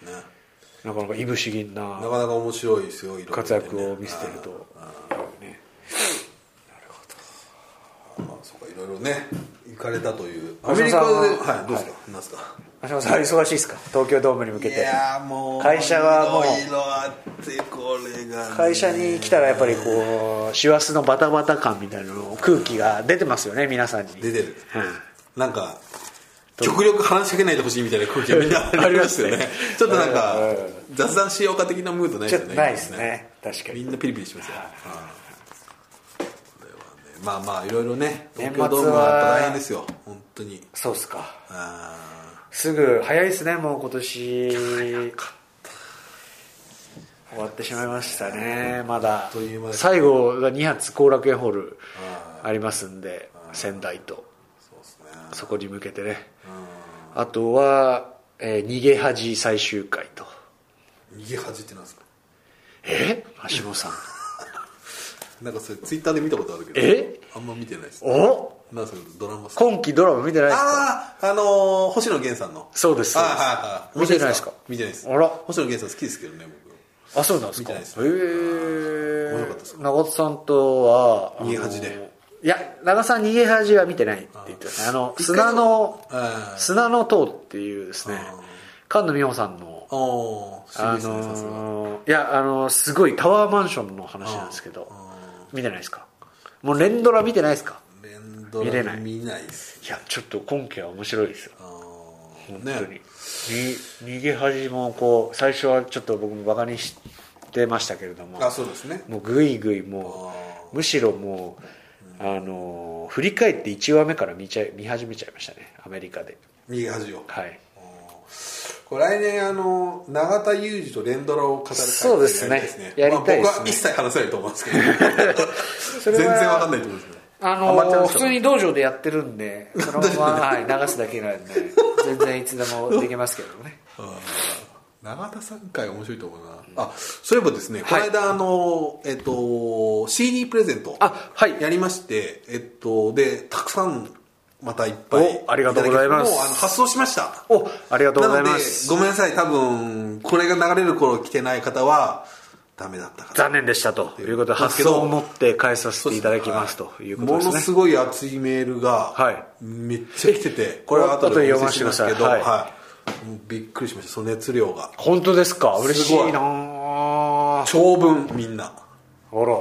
[SPEAKER 2] ね
[SPEAKER 1] いなかなかいぶし銀な
[SPEAKER 2] なかなか面白いですよいろいろ
[SPEAKER 1] 活躍を見せてるとね
[SPEAKER 2] あーまあそうかいろいろね行かれたというア
[SPEAKER 1] 松
[SPEAKER 2] メリ
[SPEAKER 1] 本さ
[SPEAKER 2] カ
[SPEAKER 1] ん
[SPEAKER 2] で
[SPEAKER 1] は
[SPEAKER 2] はいどうですか、なんですか
[SPEAKER 1] 橋本さん忙しいですか東京ドームに向け
[SPEAKER 2] い
[SPEAKER 1] て
[SPEAKER 2] やーもう
[SPEAKER 1] 会社はもう
[SPEAKER 2] いろいろあってこれが、ね、
[SPEAKER 1] 会社に来たらやっぱりこう師走のバタバタ感みたいなの空気が出てますよね皆さんに
[SPEAKER 2] 出てる、
[SPEAKER 1] う
[SPEAKER 2] なんか極力話しかけないでほしいみたいな空気がみんなありますよ
[SPEAKER 1] [LAUGHS]
[SPEAKER 2] ねちょっとなんか雑談しようか的なムードない
[SPEAKER 1] ち
[SPEAKER 2] で
[SPEAKER 1] ょっ
[SPEAKER 2] すよ
[SPEAKER 1] と
[SPEAKER 2] ね
[SPEAKER 1] ないですね確か
[SPEAKER 2] み
[SPEAKER 1] に
[SPEAKER 2] んなピリピリしますよ、うんこれはねまあまあいろいろね
[SPEAKER 1] 年
[SPEAKER 2] 東
[SPEAKER 1] 末
[SPEAKER 2] 京ド
[SPEAKER 1] は
[SPEAKER 2] ームはやっぱ大変ですよ本当に
[SPEAKER 1] そうっすか
[SPEAKER 2] あ
[SPEAKER 1] すぐ早いですねもう今年終わってしまいましたねまだ
[SPEAKER 2] という間です
[SPEAKER 1] 最後が2発後楽園ホールありますんで仙台と
[SPEAKER 2] ーそうですね
[SPEAKER 1] そこに向けてねあとは、えー逃げ恥最終回と
[SPEAKER 2] 逃げ恥ってなんですか
[SPEAKER 1] え
[SPEAKER 2] [LAUGHS]
[SPEAKER 1] 橋本さん
[SPEAKER 2] なんかそれツイッターで見たことあるけど
[SPEAKER 1] え
[SPEAKER 2] あんま見てないです
[SPEAKER 1] お
[SPEAKER 2] なんかそれドラマっすか
[SPEAKER 1] 今期ドラマ見てないですか
[SPEAKER 2] あああのー星野源さんの
[SPEAKER 1] そうです
[SPEAKER 2] あ
[SPEAKER 1] そう
[SPEAKER 2] はいはい
[SPEAKER 1] です見てないですか
[SPEAKER 2] 見てないです
[SPEAKER 1] あら
[SPEAKER 2] 星野源さん好きですけどね僕
[SPEAKER 1] あそうなんですか
[SPEAKER 2] 見てないです
[SPEAKER 1] へ
[SPEAKER 2] 面
[SPEAKER 1] え
[SPEAKER 2] 白かったですか
[SPEAKER 1] 長田さんとは
[SPEAKER 2] 逃げ恥で
[SPEAKER 1] あのいや長田さん逃げ恥は見てないって言ってましたねあの砂の
[SPEAKER 2] あー
[SPEAKER 1] 砂の塔っていうですね菅野美穂さんの
[SPEAKER 2] おお
[SPEAKER 1] あのーいやあのーすごいタワーマンションの話なんですけど見てないですかもう連ドラ見てないですか
[SPEAKER 2] 連ド
[SPEAKER 1] 見れ
[SPEAKER 2] ラ
[SPEAKER 1] ない
[SPEAKER 2] 見ないです
[SPEAKER 1] いやちょっと今期は面白いですよ
[SPEAKER 2] あー
[SPEAKER 1] 本当に、
[SPEAKER 2] ね
[SPEAKER 1] に逃げ恥もこう最初はちょっと僕もバカにしてましたけれども
[SPEAKER 2] あそうですね
[SPEAKER 1] もうぐいぐいもうむしろもう、あのー振り返って1話目から見ちゃい見始めちゃいましたねアメリカで
[SPEAKER 2] 逃げ恥を
[SPEAKER 1] はい
[SPEAKER 2] これ来年あの永田裕二と連ドラを語る会
[SPEAKER 1] そうですねやりたいで
[SPEAKER 2] ま
[SPEAKER 1] すね
[SPEAKER 2] あ僕は一切話せないと思うんですけど
[SPEAKER 1] れ
[SPEAKER 2] 全
[SPEAKER 1] は
[SPEAKER 2] 然わかんないと思うんですけど
[SPEAKER 1] あ
[SPEAKER 2] ア
[SPEAKER 1] の
[SPEAKER 2] マチュア
[SPEAKER 1] ー
[SPEAKER 2] の
[SPEAKER 1] 普
[SPEAKER 2] 人
[SPEAKER 1] 通に道場でやってるんでその
[SPEAKER 2] [LAUGHS]
[SPEAKER 1] まま、はい、流すだけなんで全然いつでもできますけどね
[SPEAKER 2] 永田さん会面白いと思うな、あそういえばですね、この間あの、えっと、CD プレゼント
[SPEAKER 1] あはい
[SPEAKER 2] やりまして、えっと、でたくさんまたいっぱい
[SPEAKER 1] おありがとうございます
[SPEAKER 2] ただきもうあの発送しました
[SPEAKER 1] おありがとうございます
[SPEAKER 2] なのでごめんなさい多分これが流れる頃来てない方はダメだったかな
[SPEAKER 1] 残念でしたということで
[SPEAKER 2] そうです
[SPEAKER 1] 発
[SPEAKER 2] けど
[SPEAKER 1] 想を持って返させていただきます
[SPEAKER 2] そう
[SPEAKER 1] と
[SPEAKER 2] です
[SPEAKER 1] いうことです
[SPEAKER 2] も
[SPEAKER 1] ね
[SPEAKER 2] のすごい熱いメールが、
[SPEAKER 1] はい
[SPEAKER 2] めっちゃ来ててこれは後でお見せしますけど
[SPEAKER 1] 後で読ませてください
[SPEAKER 2] はいもうびっくりしましたその熱量が
[SPEAKER 1] 本当ですか嬉しい
[SPEAKER 2] す
[SPEAKER 1] なああ
[SPEAKER 2] 長文みんな
[SPEAKER 1] らあらあらあ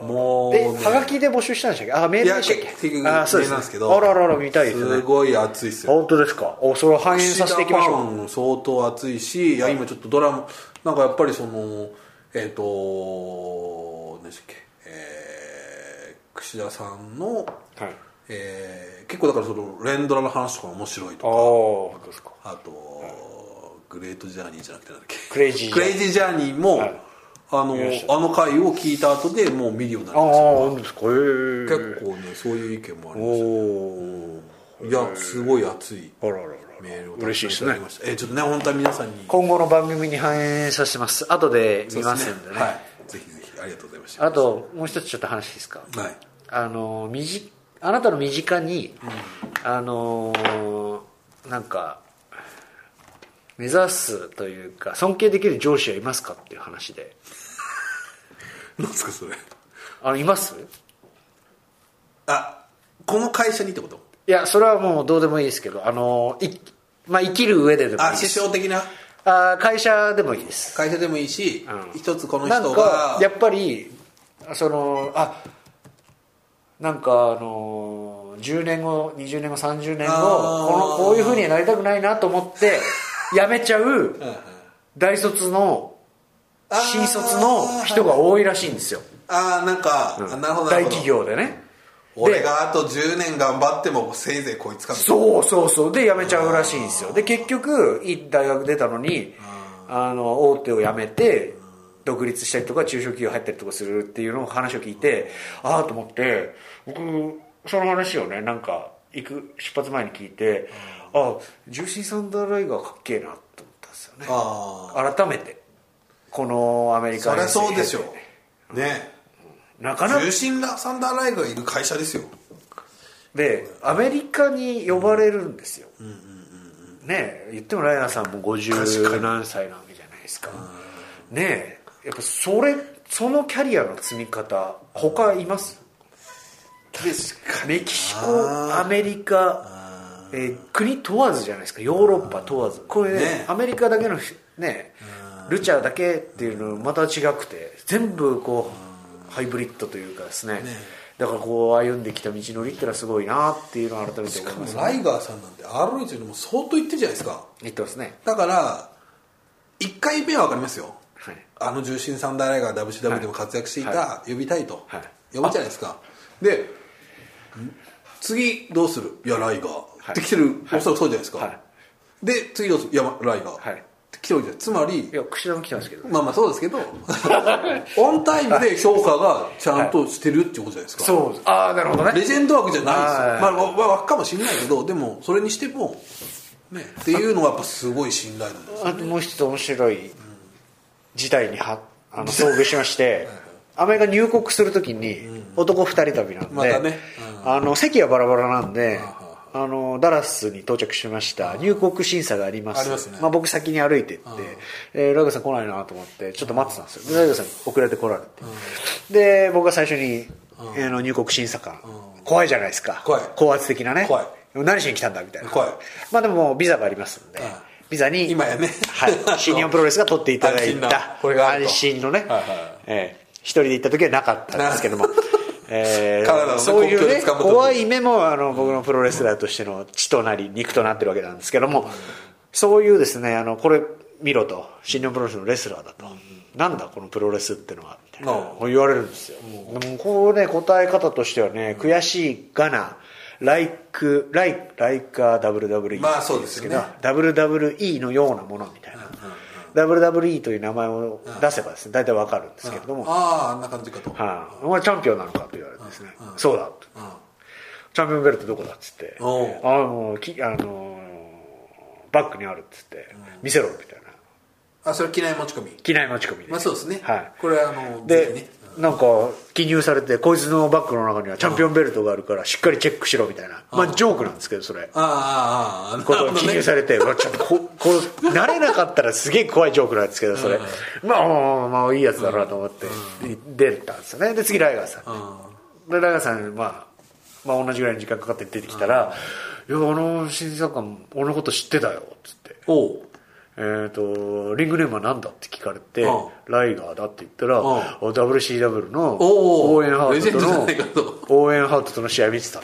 [SPEAKER 1] ら
[SPEAKER 2] もうね、
[SPEAKER 1] えはがきで募集したんでしたっけあメー
[SPEAKER 2] い
[SPEAKER 1] ル
[SPEAKER 2] や
[SPEAKER 1] でしたっ
[SPEAKER 2] 結
[SPEAKER 1] け
[SPEAKER 2] 局
[SPEAKER 1] あそう
[SPEAKER 2] メールなんですけど
[SPEAKER 1] あらあらあら見たいです
[SPEAKER 2] す
[SPEAKER 1] ね
[SPEAKER 2] ごい熱いっすよ
[SPEAKER 1] 本当ですかおそれを反映させていきましょう
[SPEAKER 2] う相当熱いしいや今ちょっとドラマなんかやっぱりそのえっ、と何でしたっけえー、櫛田さんの、
[SPEAKER 1] はい
[SPEAKER 2] えー結構だからその連ドラの話とか面白いと
[SPEAKER 1] ああ
[SPEAKER 2] か
[SPEAKER 1] 本当ですか
[SPEAKER 2] あと、グレートジャーニーじゃなくてなんだっけ
[SPEAKER 1] クレイジージャーニー
[SPEAKER 2] クレイジージャーニーも、
[SPEAKER 1] はい
[SPEAKER 2] あの
[SPEAKER 1] 見ました
[SPEAKER 2] あの回を聞いた後でもう見るようにな
[SPEAKER 1] あ
[SPEAKER 2] り
[SPEAKER 1] あ
[SPEAKER 2] ました
[SPEAKER 1] 本当ですかええ
[SPEAKER 2] 結構ねそういう意見もありま
[SPEAKER 1] お
[SPEAKER 2] し
[SPEAKER 1] お
[SPEAKER 2] たいやすごい熱い
[SPEAKER 1] あらあらあら
[SPEAKER 2] メールを
[SPEAKER 1] 嬉しいですね
[SPEAKER 2] ただきましたえちょっとね本当は皆さんに
[SPEAKER 1] 今後の番組に反映させます後で見ますんでね
[SPEAKER 2] はいぜひぜひありがとうございました
[SPEAKER 1] あともう一つちょっと話いいですか
[SPEAKER 2] はい
[SPEAKER 1] あの身近あなたの身近に、あのなんか目指すというか尊敬できる上司はいますかっていう話で
[SPEAKER 2] 何ですかそれ
[SPEAKER 1] あのいます
[SPEAKER 2] あこの会社にってこと
[SPEAKER 1] いやそれはもうどうでもいいですけどあのい、まあ、生きる上ででもいい
[SPEAKER 2] あ
[SPEAKER 1] で
[SPEAKER 2] 師
[SPEAKER 1] す
[SPEAKER 2] 匠的な
[SPEAKER 1] あ会社でもいいです
[SPEAKER 2] 会社でもいいし、
[SPEAKER 1] うん
[SPEAKER 2] 一つこの
[SPEAKER 1] なん
[SPEAKER 2] 人
[SPEAKER 1] か
[SPEAKER 2] が
[SPEAKER 1] やっぱりそのあなんかあの10年後20年後30年
[SPEAKER 2] あ
[SPEAKER 1] 後
[SPEAKER 2] ー
[SPEAKER 1] このこういうふうにはなりたくないなと思
[SPEAKER 2] [LAUGHS]
[SPEAKER 1] って辞めちゃう
[SPEAKER 2] うんうん
[SPEAKER 1] 大卒の新卒の人が多いらしいんですよ
[SPEAKER 2] ああなんか、あなるほどなる
[SPEAKER 1] 大
[SPEAKER 2] ほど
[SPEAKER 1] 企業でね
[SPEAKER 2] 俺があと10年頑張ってもせいぜいこいつかみたいな
[SPEAKER 1] そうそうそうで辞めちゃうらしいんですよで結局いい大学出たのにあの大手を辞めて独立したりとか中小企業入ったりとかするっていうのを話を聞いてああと思って僕その話をねなんか行く出発前に聞いてああ重心サンダーライガーかっけえなと思ったんですよね
[SPEAKER 2] あ
[SPEAKER 1] 改めてこのアメリ
[SPEAKER 2] あ
[SPEAKER 1] カ
[SPEAKER 2] そりゃそうでしょ
[SPEAKER 1] 遠征
[SPEAKER 2] うね
[SPEAKER 1] なかなか
[SPEAKER 2] 重心ラサンダーライがいる会社ですよ
[SPEAKER 1] でアメリカに呼ばれるんですよ、ねえ言ってもライナーさんも
[SPEAKER 2] 確か
[SPEAKER 1] 50
[SPEAKER 2] に
[SPEAKER 1] 何歳なわけじゃないですかねえやっぱそれそのキャリアの積み方他います確かにメキシコアメリカ、えー国問わずじゃないですかヨーロッパ問わずこれね
[SPEAKER 2] ね
[SPEAKER 1] アメリカだけのねルチャーだけっていうのまた違くて全部こうハイブリッドというかですねだからこう歩んできた道のりってのはすごいなっていうのを改めて思います
[SPEAKER 2] ライガーさんなんて ROH でも相当言ってるじゃないですか
[SPEAKER 1] 言ってますね
[SPEAKER 2] だから1回目は分かりますよ
[SPEAKER 1] はい
[SPEAKER 2] あの重心サンダーライガー WCW でも活躍していた、
[SPEAKER 1] は
[SPEAKER 2] 呼びたいと、
[SPEAKER 1] はい
[SPEAKER 2] 呼ぶじゃないですかで次どうするいやライガー、って来てるおそらくそうじゃないですか、
[SPEAKER 1] はい
[SPEAKER 2] で次どうするいやまライガー、
[SPEAKER 1] はい
[SPEAKER 2] って来てるわけじゃないつまり
[SPEAKER 1] いや櫛田も来てますけど
[SPEAKER 2] まあまあそうですけどオンタイムで評価がちゃんとしてるってことじゃないですか、
[SPEAKER 1] そうああなるほどね
[SPEAKER 2] レジェンド枠じゃないですよ
[SPEAKER 1] はい
[SPEAKER 2] まあわわわっかもしれないけどでもそれにしてもねっていうのはやっぱすごい信頼なんです
[SPEAKER 1] あともう一つ面白い事態にはあの遭遇し
[SPEAKER 2] [LAUGHS]
[SPEAKER 1] ましてアメリカ入国するときに男二人旅なんで、
[SPEAKER 2] またね
[SPEAKER 1] あの席はバラバラなんであのダラスに到着しました入国審査があります
[SPEAKER 2] ありますね
[SPEAKER 1] あ、僕先に歩いてって、えーライガーさん来ないなと思ってちょっと待ってたんですよでライガーさん遅れて来られて、で僕が最初に、えーの入国審査官、怖いじゃないですか
[SPEAKER 2] 怖い
[SPEAKER 1] 高圧的なね
[SPEAKER 2] 怖い
[SPEAKER 1] 何しに来たんだみたいな
[SPEAKER 2] 怖い
[SPEAKER 1] まあでもビザがありますんで、
[SPEAKER 2] うん
[SPEAKER 1] ビザに
[SPEAKER 2] 今やね [LAUGHS]
[SPEAKER 1] はい、新日本プロレスが取っていただい
[SPEAKER 2] 安心な
[SPEAKER 1] た
[SPEAKER 2] これがある
[SPEAKER 1] 安
[SPEAKER 2] と
[SPEAKER 1] 心のね、
[SPEAKER 2] はいはい
[SPEAKER 1] えー一人で行った時はなかったんですけども、
[SPEAKER 2] [LAUGHS]
[SPEAKER 1] えー
[SPEAKER 2] カナダのね
[SPEAKER 1] そうい
[SPEAKER 2] 国
[SPEAKER 1] う
[SPEAKER 2] 境
[SPEAKER 1] ね
[SPEAKER 2] で掴むとこ
[SPEAKER 1] 怖い目もあの僕のプロレスラーとしての血となり肉となってるわけなんですけども、そういうですねあのこれ見ろと新日本プロレスのレスラーだと、なんだこのプロレスってのはみたいな
[SPEAKER 2] うん
[SPEAKER 1] こう言われるんですよ、でもこうね答え方としてはね悔しいがなライクライライカー WWE
[SPEAKER 2] まあそうですよね
[SPEAKER 1] WWE のようなものみたいな、WWE という名前を出せばですね大体わかるんですけれども、はい、
[SPEAKER 2] あああんな感じかと、
[SPEAKER 1] お前チャンピオンなのかと言われてですね、そうだと、チャンピオンベルトどこだっつって、
[SPEAKER 2] おう
[SPEAKER 1] あのきあのバッグにあるっつって、見せろみたいな
[SPEAKER 2] あそれ機内持ち込み
[SPEAKER 1] 機内持ち込みで、
[SPEAKER 2] まあそうですね、
[SPEAKER 1] はい、
[SPEAKER 2] これあのぜひ
[SPEAKER 1] で
[SPEAKER 2] ね、
[SPEAKER 1] なんか記入されてこいつのバッグの中にはチャンピオンベルトがあるからしっかりチェックしろみたいな、まあジョークなんですけどそれ
[SPEAKER 2] ああああああ
[SPEAKER 1] こ
[SPEAKER 2] なる
[SPEAKER 1] と
[SPEAKER 2] ほ
[SPEAKER 1] 記
[SPEAKER 2] ど
[SPEAKER 1] 入
[SPEAKER 2] ね
[SPEAKER 1] され [LAUGHS] て、うわちょっとここう慣れなかったらすげえ怖いジョークなんですけどそれ、まあまあまあいいやつだなと思って、出たんですよねで次ライガーさん、でライガーさん、まあ、まあ同じぐらいの時間かかって出てきたら「いやあの審査官俺のこと知ってたよ」っつって。
[SPEAKER 2] おう
[SPEAKER 1] えー、とリングネームは何だって聞かれて、
[SPEAKER 2] うん
[SPEAKER 1] ライガーだって言ったら、
[SPEAKER 2] ん
[SPEAKER 1] WCW の
[SPEAKER 2] おー
[SPEAKER 1] オーエンハ
[SPEAKER 2] レジ
[SPEAKER 1] ー
[SPEAKER 2] ェンド
[SPEAKER 1] トと
[SPEAKER 2] じゃ
[SPEAKER 1] の
[SPEAKER 2] ないかと
[SPEAKER 1] オーエンハートとの試合見て [LAUGHS] た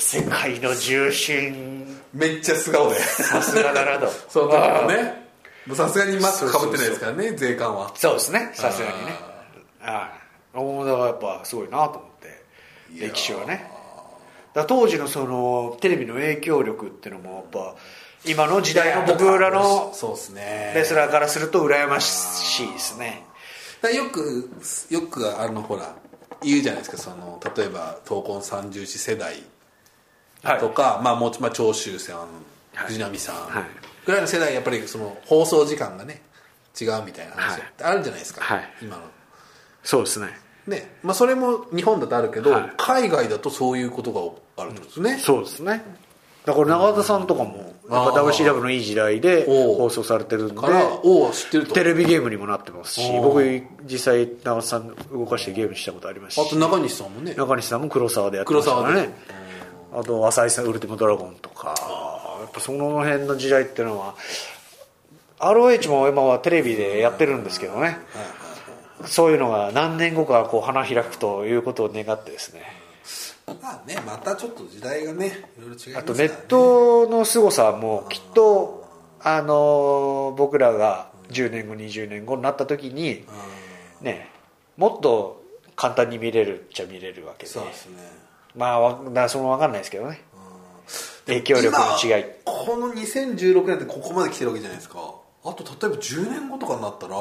[SPEAKER 1] 世界の重心
[SPEAKER 2] めっちゃ素顔で
[SPEAKER 1] さすがだなと
[SPEAKER 2] [LAUGHS] その時もねもうさすがにマスクかぶってないですからね税関は
[SPEAKER 1] そうですねさすがにねああだからやっぱすごいなと思って歴史はねだから当時のそのテレビの影響力っていうのもやっぱ今の時代の僕らの
[SPEAKER 2] そうですね
[SPEAKER 1] レスラーからすると羨ましいですね
[SPEAKER 2] だからよくよくあのほら言うじゃないですかその例えば闘魂三重視世代
[SPEAKER 1] はい
[SPEAKER 2] とか、まあもう、まあ、長州さん藤波さん、
[SPEAKER 1] はい
[SPEAKER 2] ぐらいの世代やっぱりその放送時間がね違うみたいな話
[SPEAKER 1] はい
[SPEAKER 2] ってあるじゃないですか、
[SPEAKER 1] はい
[SPEAKER 2] 今の
[SPEAKER 1] そうですね
[SPEAKER 2] ねまあそれも日本だとあるけど、
[SPEAKER 1] はい
[SPEAKER 2] 海外だとそういうことがあるってことですね、
[SPEAKER 1] そうですねだから永田さんとかもやっぱ
[SPEAKER 2] あー
[SPEAKER 1] WCW のいい時代で
[SPEAKER 2] おう
[SPEAKER 1] 放送されてるんで
[SPEAKER 2] からおう知ってると
[SPEAKER 1] テレビゲームにもなってますし
[SPEAKER 2] おう
[SPEAKER 1] 僕実際永田さん動かしてゲームしたことあります
[SPEAKER 2] あと
[SPEAKER 1] し
[SPEAKER 2] 中西さんもね
[SPEAKER 1] 中西さんも黒沢でやってましたからねあと浅井さん「ウルティマドラゴン」とかやっぱその辺の時代っていうのは ROH も今はテレビでやってるんですけどねそういうのが何年後かこう花開くということを願ってですね
[SPEAKER 2] まあねまたちょっと時代がねいろいろ違いますから、ね、
[SPEAKER 1] あとネットの凄さもきっとあの僕らが10年後20年後になった時にねもっと簡単に見れるっちゃ見れるわけで
[SPEAKER 2] そうですね
[SPEAKER 1] まあわだからその分かんないですけどね影響力の違い
[SPEAKER 2] 今この2016年ってここまで来てるわけじゃないですかあと例えば10年後とかになったら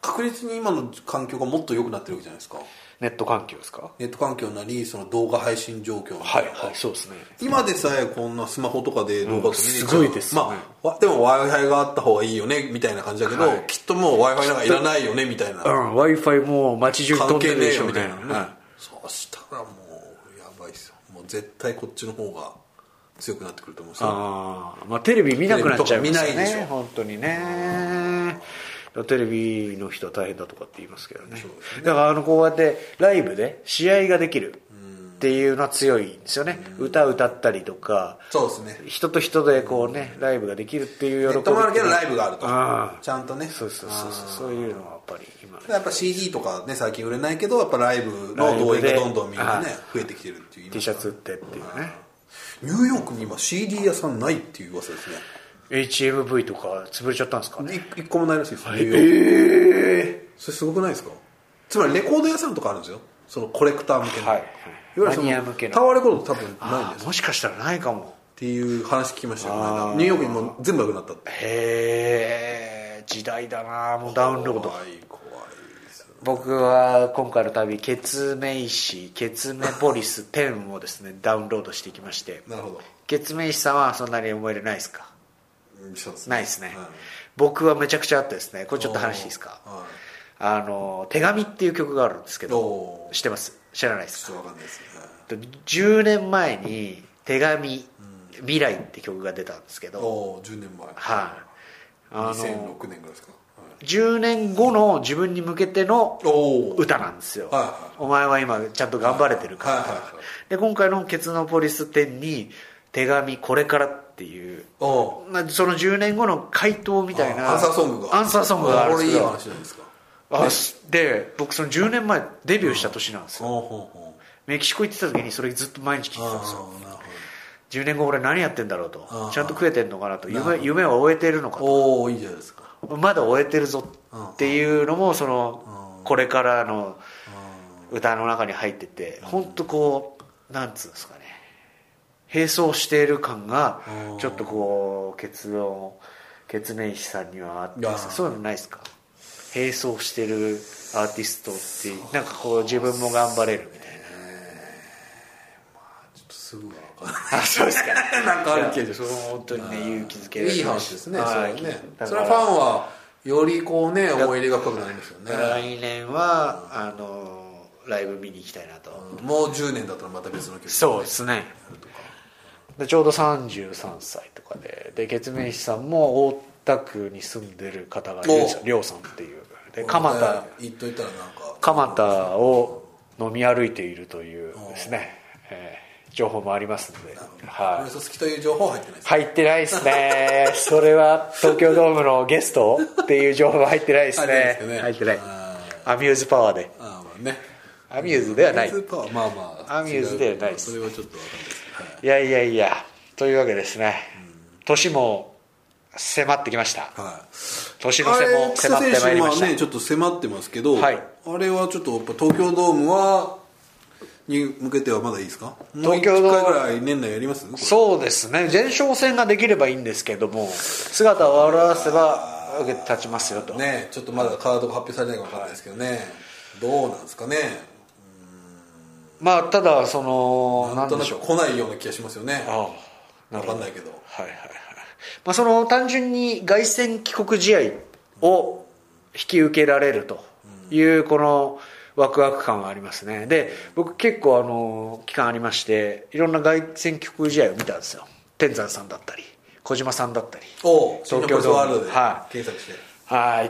[SPEAKER 2] 確実に今の環境がもっと良くなってるわけじゃないですか
[SPEAKER 1] ネット環境ですか
[SPEAKER 2] ネット環境なりその動画配信状況なり
[SPEAKER 1] はいはいそうですね
[SPEAKER 2] 今でさえこんなスマホとかで動画とか見れちゃう、
[SPEAKER 1] うんすごいですね
[SPEAKER 2] まあわでも w i f i があった方がいいよねみたいな感じだけど、
[SPEAKER 1] はい
[SPEAKER 2] きっともう w i f i なんかいらないよねみたいな
[SPEAKER 1] うん w i f i もう街中に飛
[SPEAKER 2] 関
[SPEAKER 1] んで
[SPEAKER 2] 係
[SPEAKER 1] る
[SPEAKER 2] ねえ
[SPEAKER 1] でしょ
[SPEAKER 2] よ
[SPEAKER 1] み
[SPEAKER 2] みた
[SPEAKER 1] たい
[SPEAKER 2] い
[SPEAKER 1] な、
[SPEAKER 2] な、ね
[SPEAKER 1] はい
[SPEAKER 2] そうしたらもうやばいっすよもう絶対こっちの方が強くなってくると思うんですよ
[SPEAKER 1] ああまあテレビ見なくなっちゃいます
[SPEAKER 2] テレビ
[SPEAKER 1] よ
[SPEAKER 2] とか見ないでし
[SPEAKER 1] ね
[SPEAKER 2] ょ
[SPEAKER 1] 本当にねテレビの人は大変だとかって言いますけどね
[SPEAKER 2] そうです
[SPEAKER 1] だからあのこうやってライブで試合ができるっていうのは強いんですよね歌歌ったりとか
[SPEAKER 2] そうですね
[SPEAKER 1] 人と人でこうねライブができるってい
[SPEAKER 2] ネ
[SPEAKER 1] う喜び
[SPEAKER 2] ットもあるけどライブがあると
[SPEAKER 1] ああ
[SPEAKER 2] ちゃんとね
[SPEAKER 1] そうそうそうそうそういうのはやっぱり今
[SPEAKER 2] やっぱ CD とかね最近売れないけどやっぱライブの動員がどんどんみんなね
[SPEAKER 1] ライ
[SPEAKER 2] 増えてきてるっていう
[SPEAKER 1] T シャツ売ってっていうね
[SPEAKER 2] ニューヨークに今 CD 屋さんないっていう噂ですね
[SPEAKER 1] HMV とか潰れちゃったんですかね
[SPEAKER 2] い一個もないらしいです、ニューヨーク
[SPEAKER 1] え
[SPEAKER 2] それすごくないですかつまりレコード屋さんとかあるんですよそのコレクター向けの、
[SPEAKER 1] はい
[SPEAKER 2] いわゆるそ
[SPEAKER 1] マニア向け
[SPEAKER 2] の
[SPEAKER 1] の
[SPEAKER 2] タワーレコード多分ないんですよ
[SPEAKER 1] えもしかしたらないかも
[SPEAKER 2] っていう話聞きましたよこの
[SPEAKER 1] あ
[SPEAKER 2] 間
[SPEAKER 1] ー
[SPEAKER 2] ニューヨークにも全部なくなったって
[SPEAKER 1] へえ時代だなもうダウンロード
[SPEAKER 2] 怖い怖いです
[SPEAKER 1] 僕は今回の旅ケツメイシケツメポリス10をですねダウンロードしてきまして
[SPEAKER 2] なるほど
[SPEAKER 1] ケツメイシさんはそんなに思い入れないですか
[SPEAKER 2] うんそうですね
[SPEAKER 1] ないですね、
[SPEAKER 2] はい
[SPEAKER 1] 僕はめちゃくちゃあったですねこれちょっと話いいですか
[SPEAKER 2] は
[SPEAKER 1] あの「手紙」っていう曲があるんですけ
[SPEAKER 2] いど
[SPEAKER 1] ど
[SPEAKER 2] う
[SPEAKER 1] 知ってます知らないです
[SPEAKER 2] ちょっ
[SPEAKER 1] か
[SPEAKER 2] とわかんないですね
[SPEAKER 1] 10年前に「手紙未来」って曲が出たんですけど、
[SPEAKER 2] おお10年前
[SPEAKER 1] はいあの
[SPEAKER 2] 2006年ぐらいですかはい
[SPEAKER 1] 10年後の自分に向けての
[SPEAKER 2] おお
[SPEAKER 1] 歌なんですよ、
[SPEAKER 2] はいはい
[SPEAKER 1] お前は今ちゃんと頑張れてるから、
[SPEAKER 2] はいはいはい
[SPEAKER 1] で今回の「ケツのポリス展」に「手紙これから」っていう
[SPEAKER 2] おお
[SPEAKER 1] まあその10年後の回答みたいな
[SPEAKER 2] アンサーソングが
[SPEAKER 1] アンサーソングがあるん
[SPEAKER 2] こ
[SPEAKER 1] で
[SPEAKER 2] れい
[SPEAKER 1] す
[SPEAKER 2] い
[SPEAKER 1] よ
[SPEAKER 2] 話じゃないですか
[SPEAKER 1] あすで僕その10年前デビューした年なんですよ
[SPEAKER 2] ほうほうほう
[SPEAKER 1] メキシコ行ってた時にそれずっと毎日聞いてたんですよ
[SPEAKER 2] あーなるほ
[SPEAKER 1] 10年後俺何やってんだろう
[SPEAKER 2] あ
[SPEAKER 1] と
[SPEAKER 2] あ
[SPEAKER 1] ちゃんと食えてんのかなと
[SPEAKER 2] なる
[SPEAKER 1] 夢
[SPEAKER 2] ほ
[SPEAKER 1] 夢は終えてるのか
[SPEAKER 2] どおおいいじゃないですか
[SPEAKER 1] とまだ終えてるぞっていうのもそのこれからの歌の中に入ってて本当こうなんつうんですかね並走している感が
[SPEAKER 2] あ
[SPEAKER 1] ちょっとこう結論結明師さんにはあって
[SPEAKER 2] ああ
[SPEAKER 1] そういうのないですか並走してるアーティストってなんかこう自分も頑張れるみたいな
[SPEAKER 2] ちょっとすぐはわかんない
[SPEAKER 1] あそうですか
[SPEAKER 2] なんかあるけど
[SPEAKER 1] それも本当にね勇気づけられる
[SPEAKER 2] いい話ですね、
[SPEAKER 1] はい
[SPEAKER 2] それはね
[SPEAKER 1] だから
[SPEAKER 2] それはファンはよりこうね思い入れが深くなりますよね
[SPEAKER 1] 来年はあのライブ見に行きたいなと、
[SPEAKER 2] うんもう10年だったらまた別の曲
[SPEAKER 1] そうですねでちょうど33歳とかでで月面師さんも大田区に住んでる方がいるんですよ
[SPEAKER 2] お
[SPEAKER 1] りょうさんっていうで蒲
[SPEAKER 2] ね
[SPEAKER 1] 田
[SPEAKER 2] 言っといたらなんか
[SPEAKER 1] 蒲田を飲み歩いているというですね、えー情報もありますので、
[SPEAKER 2] プロ
[SPEAKER 1] は
[SPEAKER 2] レ
[SPEAKER 1] い、
[SPEAKER 2] ス好きという情報は入ってないです
[SPEAKER 1] 入ってないです [LAUGHS] ねそれは東京ドームのゲストっていう情報は入ってないです
[SPEAKER 2] 入ってないで
[SPEAKER 1] ね
[SPEAKER 2] すよね
[SPEAKER 1] 入ってない
[SPEAKER 2] あ
[SPEAKER 1] アミューズパワーで
[SPEAKER 2] ーあーまあね
[SPEAKER 1] アミューズではない
[SPEAKER 2] スーパーはまあまあ
[SPEAKER 1] アミューズではないです
[SPEAKER 2] それはちょっとわかんないですはい
[SPEAKER 1] いやいやいやというわけですね年も迫ってきました
[SPEAKER 2] はい
[SPEAKER 1] 年の
[SPEAKER 2] あ
[SPEAKER 1] 瀬
[SPEAKER 2] れ
[SPEAKER 1] も迫ってまいりまし
[SPEAKER 2] は
[SPEAKER 1] た、
[SPEAKER 2] ねちょっと迫ってますけど、
[SPEAKER 1] はい
[SPEAKER 2] あれはちょっとやっぱ東京ドームはに向けてはまだいいですか
[SPEAKER 1] 東京ドーム
[SPEAKER 2] もう一回ぐらい年内やりますこれ
[SPEAKER 1] そうですね前哨戦ができればいいんですけども姿を現せば受け立ちますよと、
[SPEAKER 2] ねちょっとまだカードが発表されないか分からないですけどねどうなんですかね
[SPEAKER 1] まあただその
[SPEAKER 2] な
[SPEAKER 1] なんん
[SPEAKER 2] と
[SPEAKER 1] で
[SPEAKER 2] な
[SPEAKER 1] しょ
[SPEAKER 2] く
[SPEAKER 1] う
[SPEAKER 2] 来ないような気がしますよね
[SPEAKER 1] ああな
[SPEAKER 2] 分か
[SPEAKER 1] るほ
[SPEAKER 2] ん
[SPEAKER 1] ど
[SPEAKER 2] ないけど
[SPEAKER 1] はいはいはい、まあ、その単純に凱旋帰国試合を引き受けられるというこのワクワク感はありますねで僕結構あの期間ありましていろんな凱旋帰国試合を見たんですよ天山さんだったり小島さんだったり
[SPEAKER 2] お
[SPEAKER 1] 東京ドーム
[SPEAKER 2] ワールドで
[SPEAKER 1] は
[SPEAKER 2] 検索して、
[SPEAKER 1] はい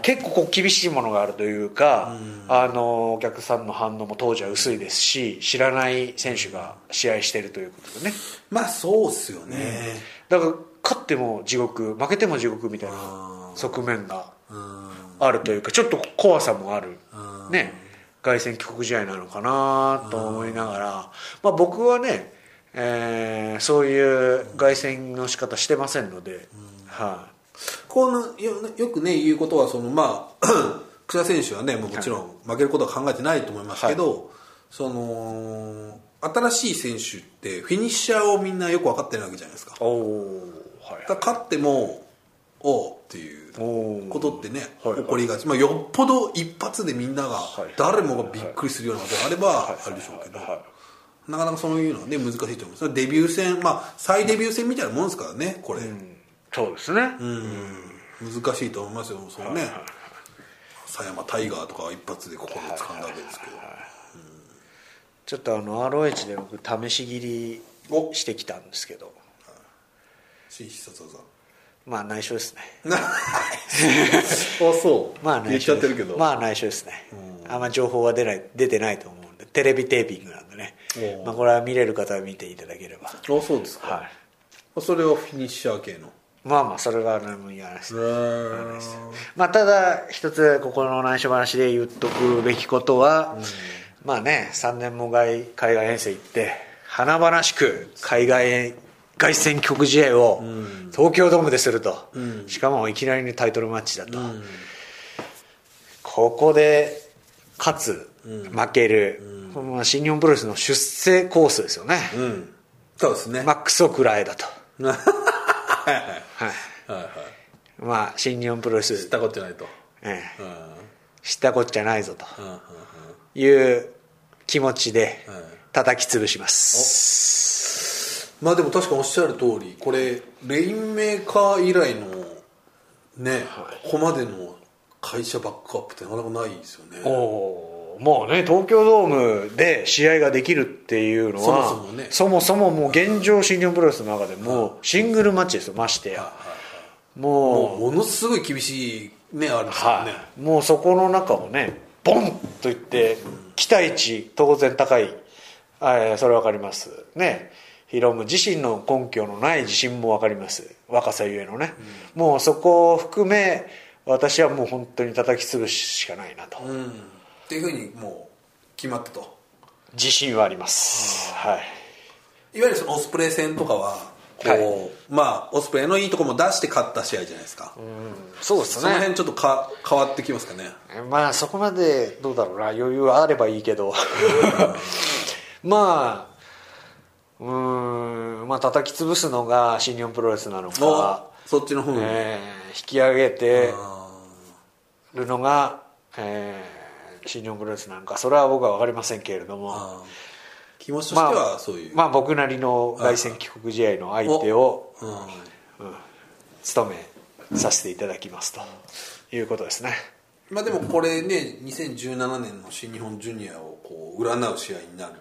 [SPEAKER 1] 結構こう厳しいものがあるというか、あのお客さんの反応も当時は薄いですし知らない選手が試合しているということでね
[SPEAKER 2] まあそうっすよね、
[SPEAKER 1] だから勝っても地獄負けても地獄みたいな側面があるというかちょっと怖さもあるね凱旋帰国試合なのかなと思いながらまあ僕はね、えーそういう凱旋の仕方してませんので、はい
[SPEAKER 2] こうなよよくね言うことはそのまあ [CLEARS THROAT] 櫛田選手はねもうもちろん負けることは考えてないと思いますけど、その新しい選手ってフィニッシャーをみんなよく分かってないわけじゃないですか
[SPEAKER 1] おおはい
[SPEAKER 2] だから勝ってもおうっていう
[SPEAKER 1] おー
[SPEAKER 2] ことってね、
[SPEAKER 1] はいはい
[SPEAKER 2] 起こりがち、まあ、よっぽど一発でみんなが
[SPEAKER 1] い
[SPEAKER 2] 誰もがびっくりするようなことがあればあるでしょうけど
[SPEAKER 1] はいはい
[SPEAKER 2] なかなかそういうのはね難しいと思いますそれはデビュー戦まあ再デビュー戦みたいなもんですからねこれ、
[SPEAKER 1] そうですね、
[SPEAKER 2] 難しいと思いますよそうね狭山タイガーとかは一発で心を掴んだわけですけど
[SPEAKER 1] ちょっとあの ROH で僕試し切
[SPEAKER 2] お
[SPEAKER 1] りしてきたんですけど
[SPEAKER 2] 新必殺技
[SPEAKER 1] まあ内緒ですね
[SPEAKER 2] あそう
[SPEAKER 1] まあ内緒
[SPEAKER 2] 言っちゃってるけど、
[SPEAKER 1] まあ内緒ですねあんま情報は出ない出てないと思うんでテレビテーピングなんでね
[SPEAKER 2] お
[SPEAKER 1] まあこれは見れる方は見ていただければ
[SPEAKER 2] あそうですか、
[SPEAKER 1] はい
[SPEAKER 2] それはフィニッシャー系の
[SPEAKER 1] まあまあそれは何も言わないですまあただ一つここの内緒話で言っとくべきことは、まあね3年も外海外遠征行って華々しく海外遠凱旋局試合を東京ドームですると、しかもいきなりのタイトルマッチだと、ここで勝つ、負ける、この新日本プロレスの出世コースですよね、
[SPEAKER 2] うんそうですね、
[SPEAKER 1] マックスを食らえだ
[SPEAKER 2] [LAUGHS]
[SPEAKER 1] と、
[SPEAKER 2] はいはい
[SPEAKER 1] はい、
[SPEAKER 2] はいはい
[SPEAKER 1] まあ新日本プロレ
[SPEAKER 2] 知
[SPEAKER 1] ス
[SPEAKER 2] っ、たことないと
[SPEAKER 1] ええ
[SPEAKER 2] うん
[SPEAKER 1] 知ったこっちゃないぞと
[SPEAKER 2] うんうん
[SPEAKER 1] いう気持ちで
[SPEAKER 2] はい
[SPEAKER 1] 叩き潰します、
[SPEAKER 2] まあでも確かおっしゃる通りこれレインメーカー以来のね、ここまでの会社バックアップってなかなかないですよね
[SPEAKER 1] おおーもうね東京ドームで試合ができるっていうのは
[SPEAKER 2] そもそもね
[SPEAKER 1] そもそももう現状新日本プロレスの中でもシングルマッチですよましてやもう
[SPEAKER 2] ものすごい厳しいねあれですよね、
[SPEAKER 1] はいもうそこの中をねボンといって期待値当然高いえーそれ分かりますねヒロム自身の根拠のない自信も分かります若さゆえのね、もうそこを含め私はもう本当に叩き潰すしかないなと、
[SPEAKER 2] うんっていうふうにもう決まったと
[SPEAKER 1] 自信はあります、はい
[SPEAKER 2] いわゆるそのオスプレイ戦とかはこう、
[SPEAKER 1] はい
[SPEAKER 2] まあオスプレイのいいとこも出して勝った試合じゃないですか、
[SPEAKER 1] そうで
[SPEAKER 2] その辺ちょっとか変わってきますかね
[SPEAKER 1] まあそこまでどうだろうな余裕はあればいいけ [LAUGHS] どまあうーんまあ叩き潰すのが新日本プロレスなのか
[SPEAKER 2] お、そっちの方に、
[SPEAKER 1] えー引き上げて
[SPEAKER 2] あ
[SPEAKER 1] るのが、えー新日本プロレスなんかそれは僕は分かりませんけれど
[SPEAKER 2] ー
[SPEAKER 1] も
[SPEAKER 2] あー気持ちとして
[SPEAKER 1] ま
[SPEAKER 2] は
[SPEAKER 1] あ
[SPEAKER 2] そういう、
[SPEAKER 1] まあ僕なりの凱旋帰国試合の相手を
[SPEAKER 2] うん
[SPEAKER 1] 務めさせていただきますということですね
[SPEAKER 2] まあでもこれね2017年の新日本ジュニアをこう占う試合になる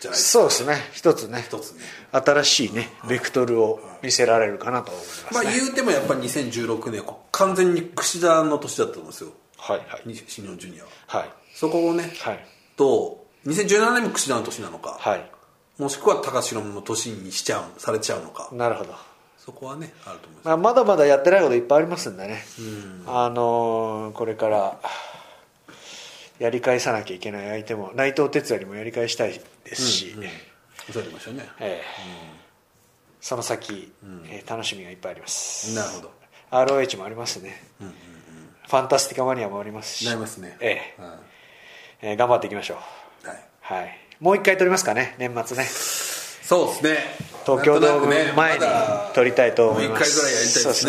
[SPEAKER 2] じゃないです
[SPEAKER 1] そうですね一つね
[SPEAKER 2] か一つね
[SPEAKER 1] 新しいねベクトルを見せられるかなと思います、
[SPEAKER 2] まあ言うてもやっぱり2016年こう完全に櫛田の年だったと思うんですよ
[SPEAKER 1] はいはい
[SPEAKER 2] に新日本ジュニアは
[SPEAKER 1] はい
[SPEAKER 2] そこをね、
[SPEAKER 1] はい
[SPEAKER 2] と2017年も櫛田の年なのか、
[SPEAKER 1] はい
[SPEAKER 2] もしくは高城の年にしちゃうされちゃうのか
[SPEAKER 1] なるほど、
[SPEAKER 2] そこはねあると思います
[SPEAKER 1] まあ、まだまだやってないこといっぱいありますんでね、あのーこれからやり返さなきゃいけない相手も内藤哲也にもやり返したいですし、
[SPEAKER 2] おっしゃってましたね
[SPEAKER 1] ええその先、えー楽しみがいっぱいあります
[SPEAKER 2] なるほど
[SPEAKER 1] ROH もありますね、ファンタスティカマニアもありますし
[SPEAKER 2] なりますね
[SPEAKER 1] ええ
[SPEAKER 2] うんは
[SPEAKER 1] えー頑張っていきましょう
[SPEAKER 2] い
[SPEAKER 1] はいもう一回撮りますかね年末ね
[SPEAKER 2] そうですね
[SPEAKER 1] 東京ドー
[SPEAKER 2] なんとな
[SPEAKER 1] ム
[SPEAKER 2] く
[SPEAKER 1] 前に撮りたいと思い
[SPEAKER 2] もう
[SPEAKER 1] ま
[SPEAKER 2] 一
[SPEAKER 1] す
[SPEAKER 2] 回ぐらいやりたい
[SPEAKER 1] そ
[SPEAKER 2] で
[SPEAKER 1] う
[SPEAKER 2] す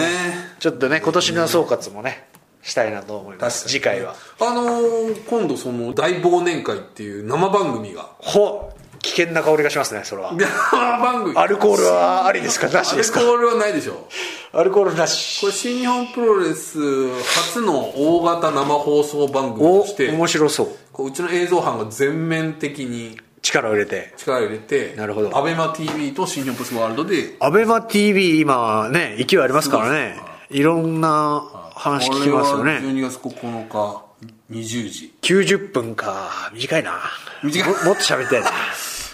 [SPEAKER 2] ね
[SPEAKER 1] ちょっとね今年の総括もねしたいなと思います次回は
[SPEAKER 2] あのー今度その大忘年会っていう生番組が [LAUGHS]
[SPEAKER 1] ほう危険な香りがしますねそれは
[SPEAKER 2] 生番組
[SPEAKER 1] アルコールはありですかなしですか
[SPEAKER 2] アルコールはないでしょう
[SPEAKER 1] アルコールな
[SPEAKER 2] こ
[SPEAKER 1] し
[SPEAKER 2] れ新日本プロレス初の大型生放送番組
[SPEAKER 1] お
[SPEAKER 2] として
[SPEAKER 1] 面白そう
[SPEAKER 2] こううちの映像班が全面的に
[SPEAKER 1] 力を入れて
[SPEAKER 2] 力を入れて
[SPEAKER 1] なるほど
[SPEAKER 2] アベマ t v と新日本プロレスワールドで
[SPEAKER 1] アベマ t v 今ね勢いありますからねいろんな話聞きますよ
[SPEAKER 2] これ
[SPEAKER 1] ね
[SPEAKER 2] は12月9日20時
[SPEAKER 1] 90分か短いな
[SPEAKER 2] 短い
[SPEAKER 1] ももっと喋りたいな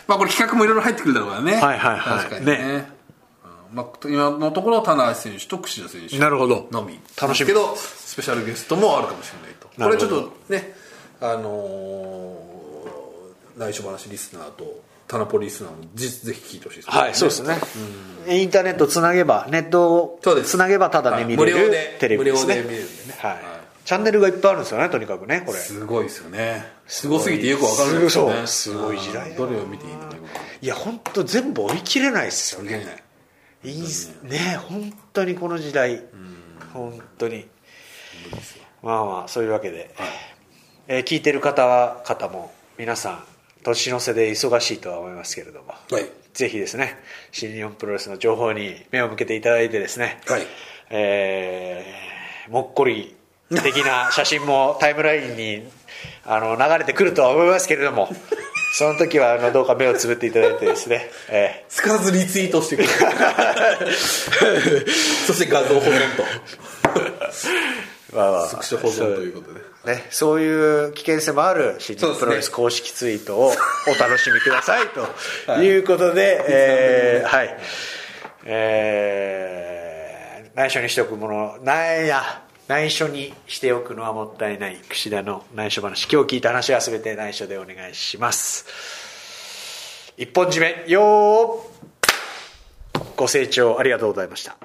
[SPEAKER 2] まあこれ企画もいろいろ入ってくるだろうからね
[SPEAKER 1] はいはいはい
[SPEAKER 2] 確かにね
[SPEAKER 1] ね
[SPEAKER 2] うんまあ、今のところ棚橋選手と櫛田選手
[SPEAKER 1] [LAUGHS] なるほど
[SPEAKER 2] のみ
[SPEAKER 1] 楽しみ
[SPEAKER 2] けどスペシャルゲストもあるかもしれないとこ
[SPEAKER 1] なる
[SPEAKER 2] れち
[SPEAKER 1] ほ
[SPEAKER 2] ょっ
[SPEAKER 1] ど
[SPEAKER 2] とねあのー内緒話リスナーとタナポリリスナーもぜぜひ聞いてほしいですね
[SPEAKER 1] はい、そうですね。インターネットつなげば、ネット
[SPEAKER 2] そうで
[SPEAKER 1] を
[SPEAKER 2] す
[SPEAKER 1] つなげばただ
[SPEAKER 2] は
[SPEAKER 1] で
[SPEAKER 2] い
[SPEAKER 1] 見
[SPEAKER 2] 無
[SPEAKER 1] れ
[SPEAKER 2] 料
[SPEAKER 1] る
[SPEAKER 2] で
[SPEAKER 1] テレビですね。
[SPEAKER 2] 無料で見れるんでね
[SPEAKER 1] はい。チャンネルがいっぱいあるんですよねとにかくねこれ
[SPEAKER 2] すごいですよねすごすぎてよくわかるんですよね
[SPEAKER 1] すごいそうすごい時代だな
[SPEAKER 2] どれを見ていいのかよくわかんない
[SPEAKER 1] いや本当全部追い切れないですよ
[SPEAKER 2] 見れ
[SPEAKER 1] ね
[SPEAKER 2] ない
[SPEAKER 1] いいっすね本当にこの時代本当にまあまあそういうわけで、えー聞いてる方は方も皆さん年の瀬で忙しいとは思いますけれども、
[SPEAKER 2] はい
[SPEAKER 1] ぜひですね新日本プロレスの情報に目を向けていただいてですね、
[SPEAKER 2] はい
[SPEAKER 1] えーもっこり的な写真もタイムラインにあの流れてくるとは思いますけれどもその時はあのどうか目をつぶっていただいてですね、えー
[SPEAKER 2] すかさずリツイートしてく [LAUGHS] れるそして画像保存 [LAUGHS]
[SPEAKER 1] まあま
[SPEAKER 2] と
[SPEAKER 1] あ
[SPEAKER 2] スクショ保存ということで
[SPEAKER 1] ね、そういう危険性もある新日本プロレス公式ツイートをお楽しみください [LAUGHS] ということで、えーはいえー内緒にしておくものないや内緒にしておくのはもったいない櫛田の内緒話今日聞いた話は全て内緒でお願いします一本締めよーご清聴ありがとうございました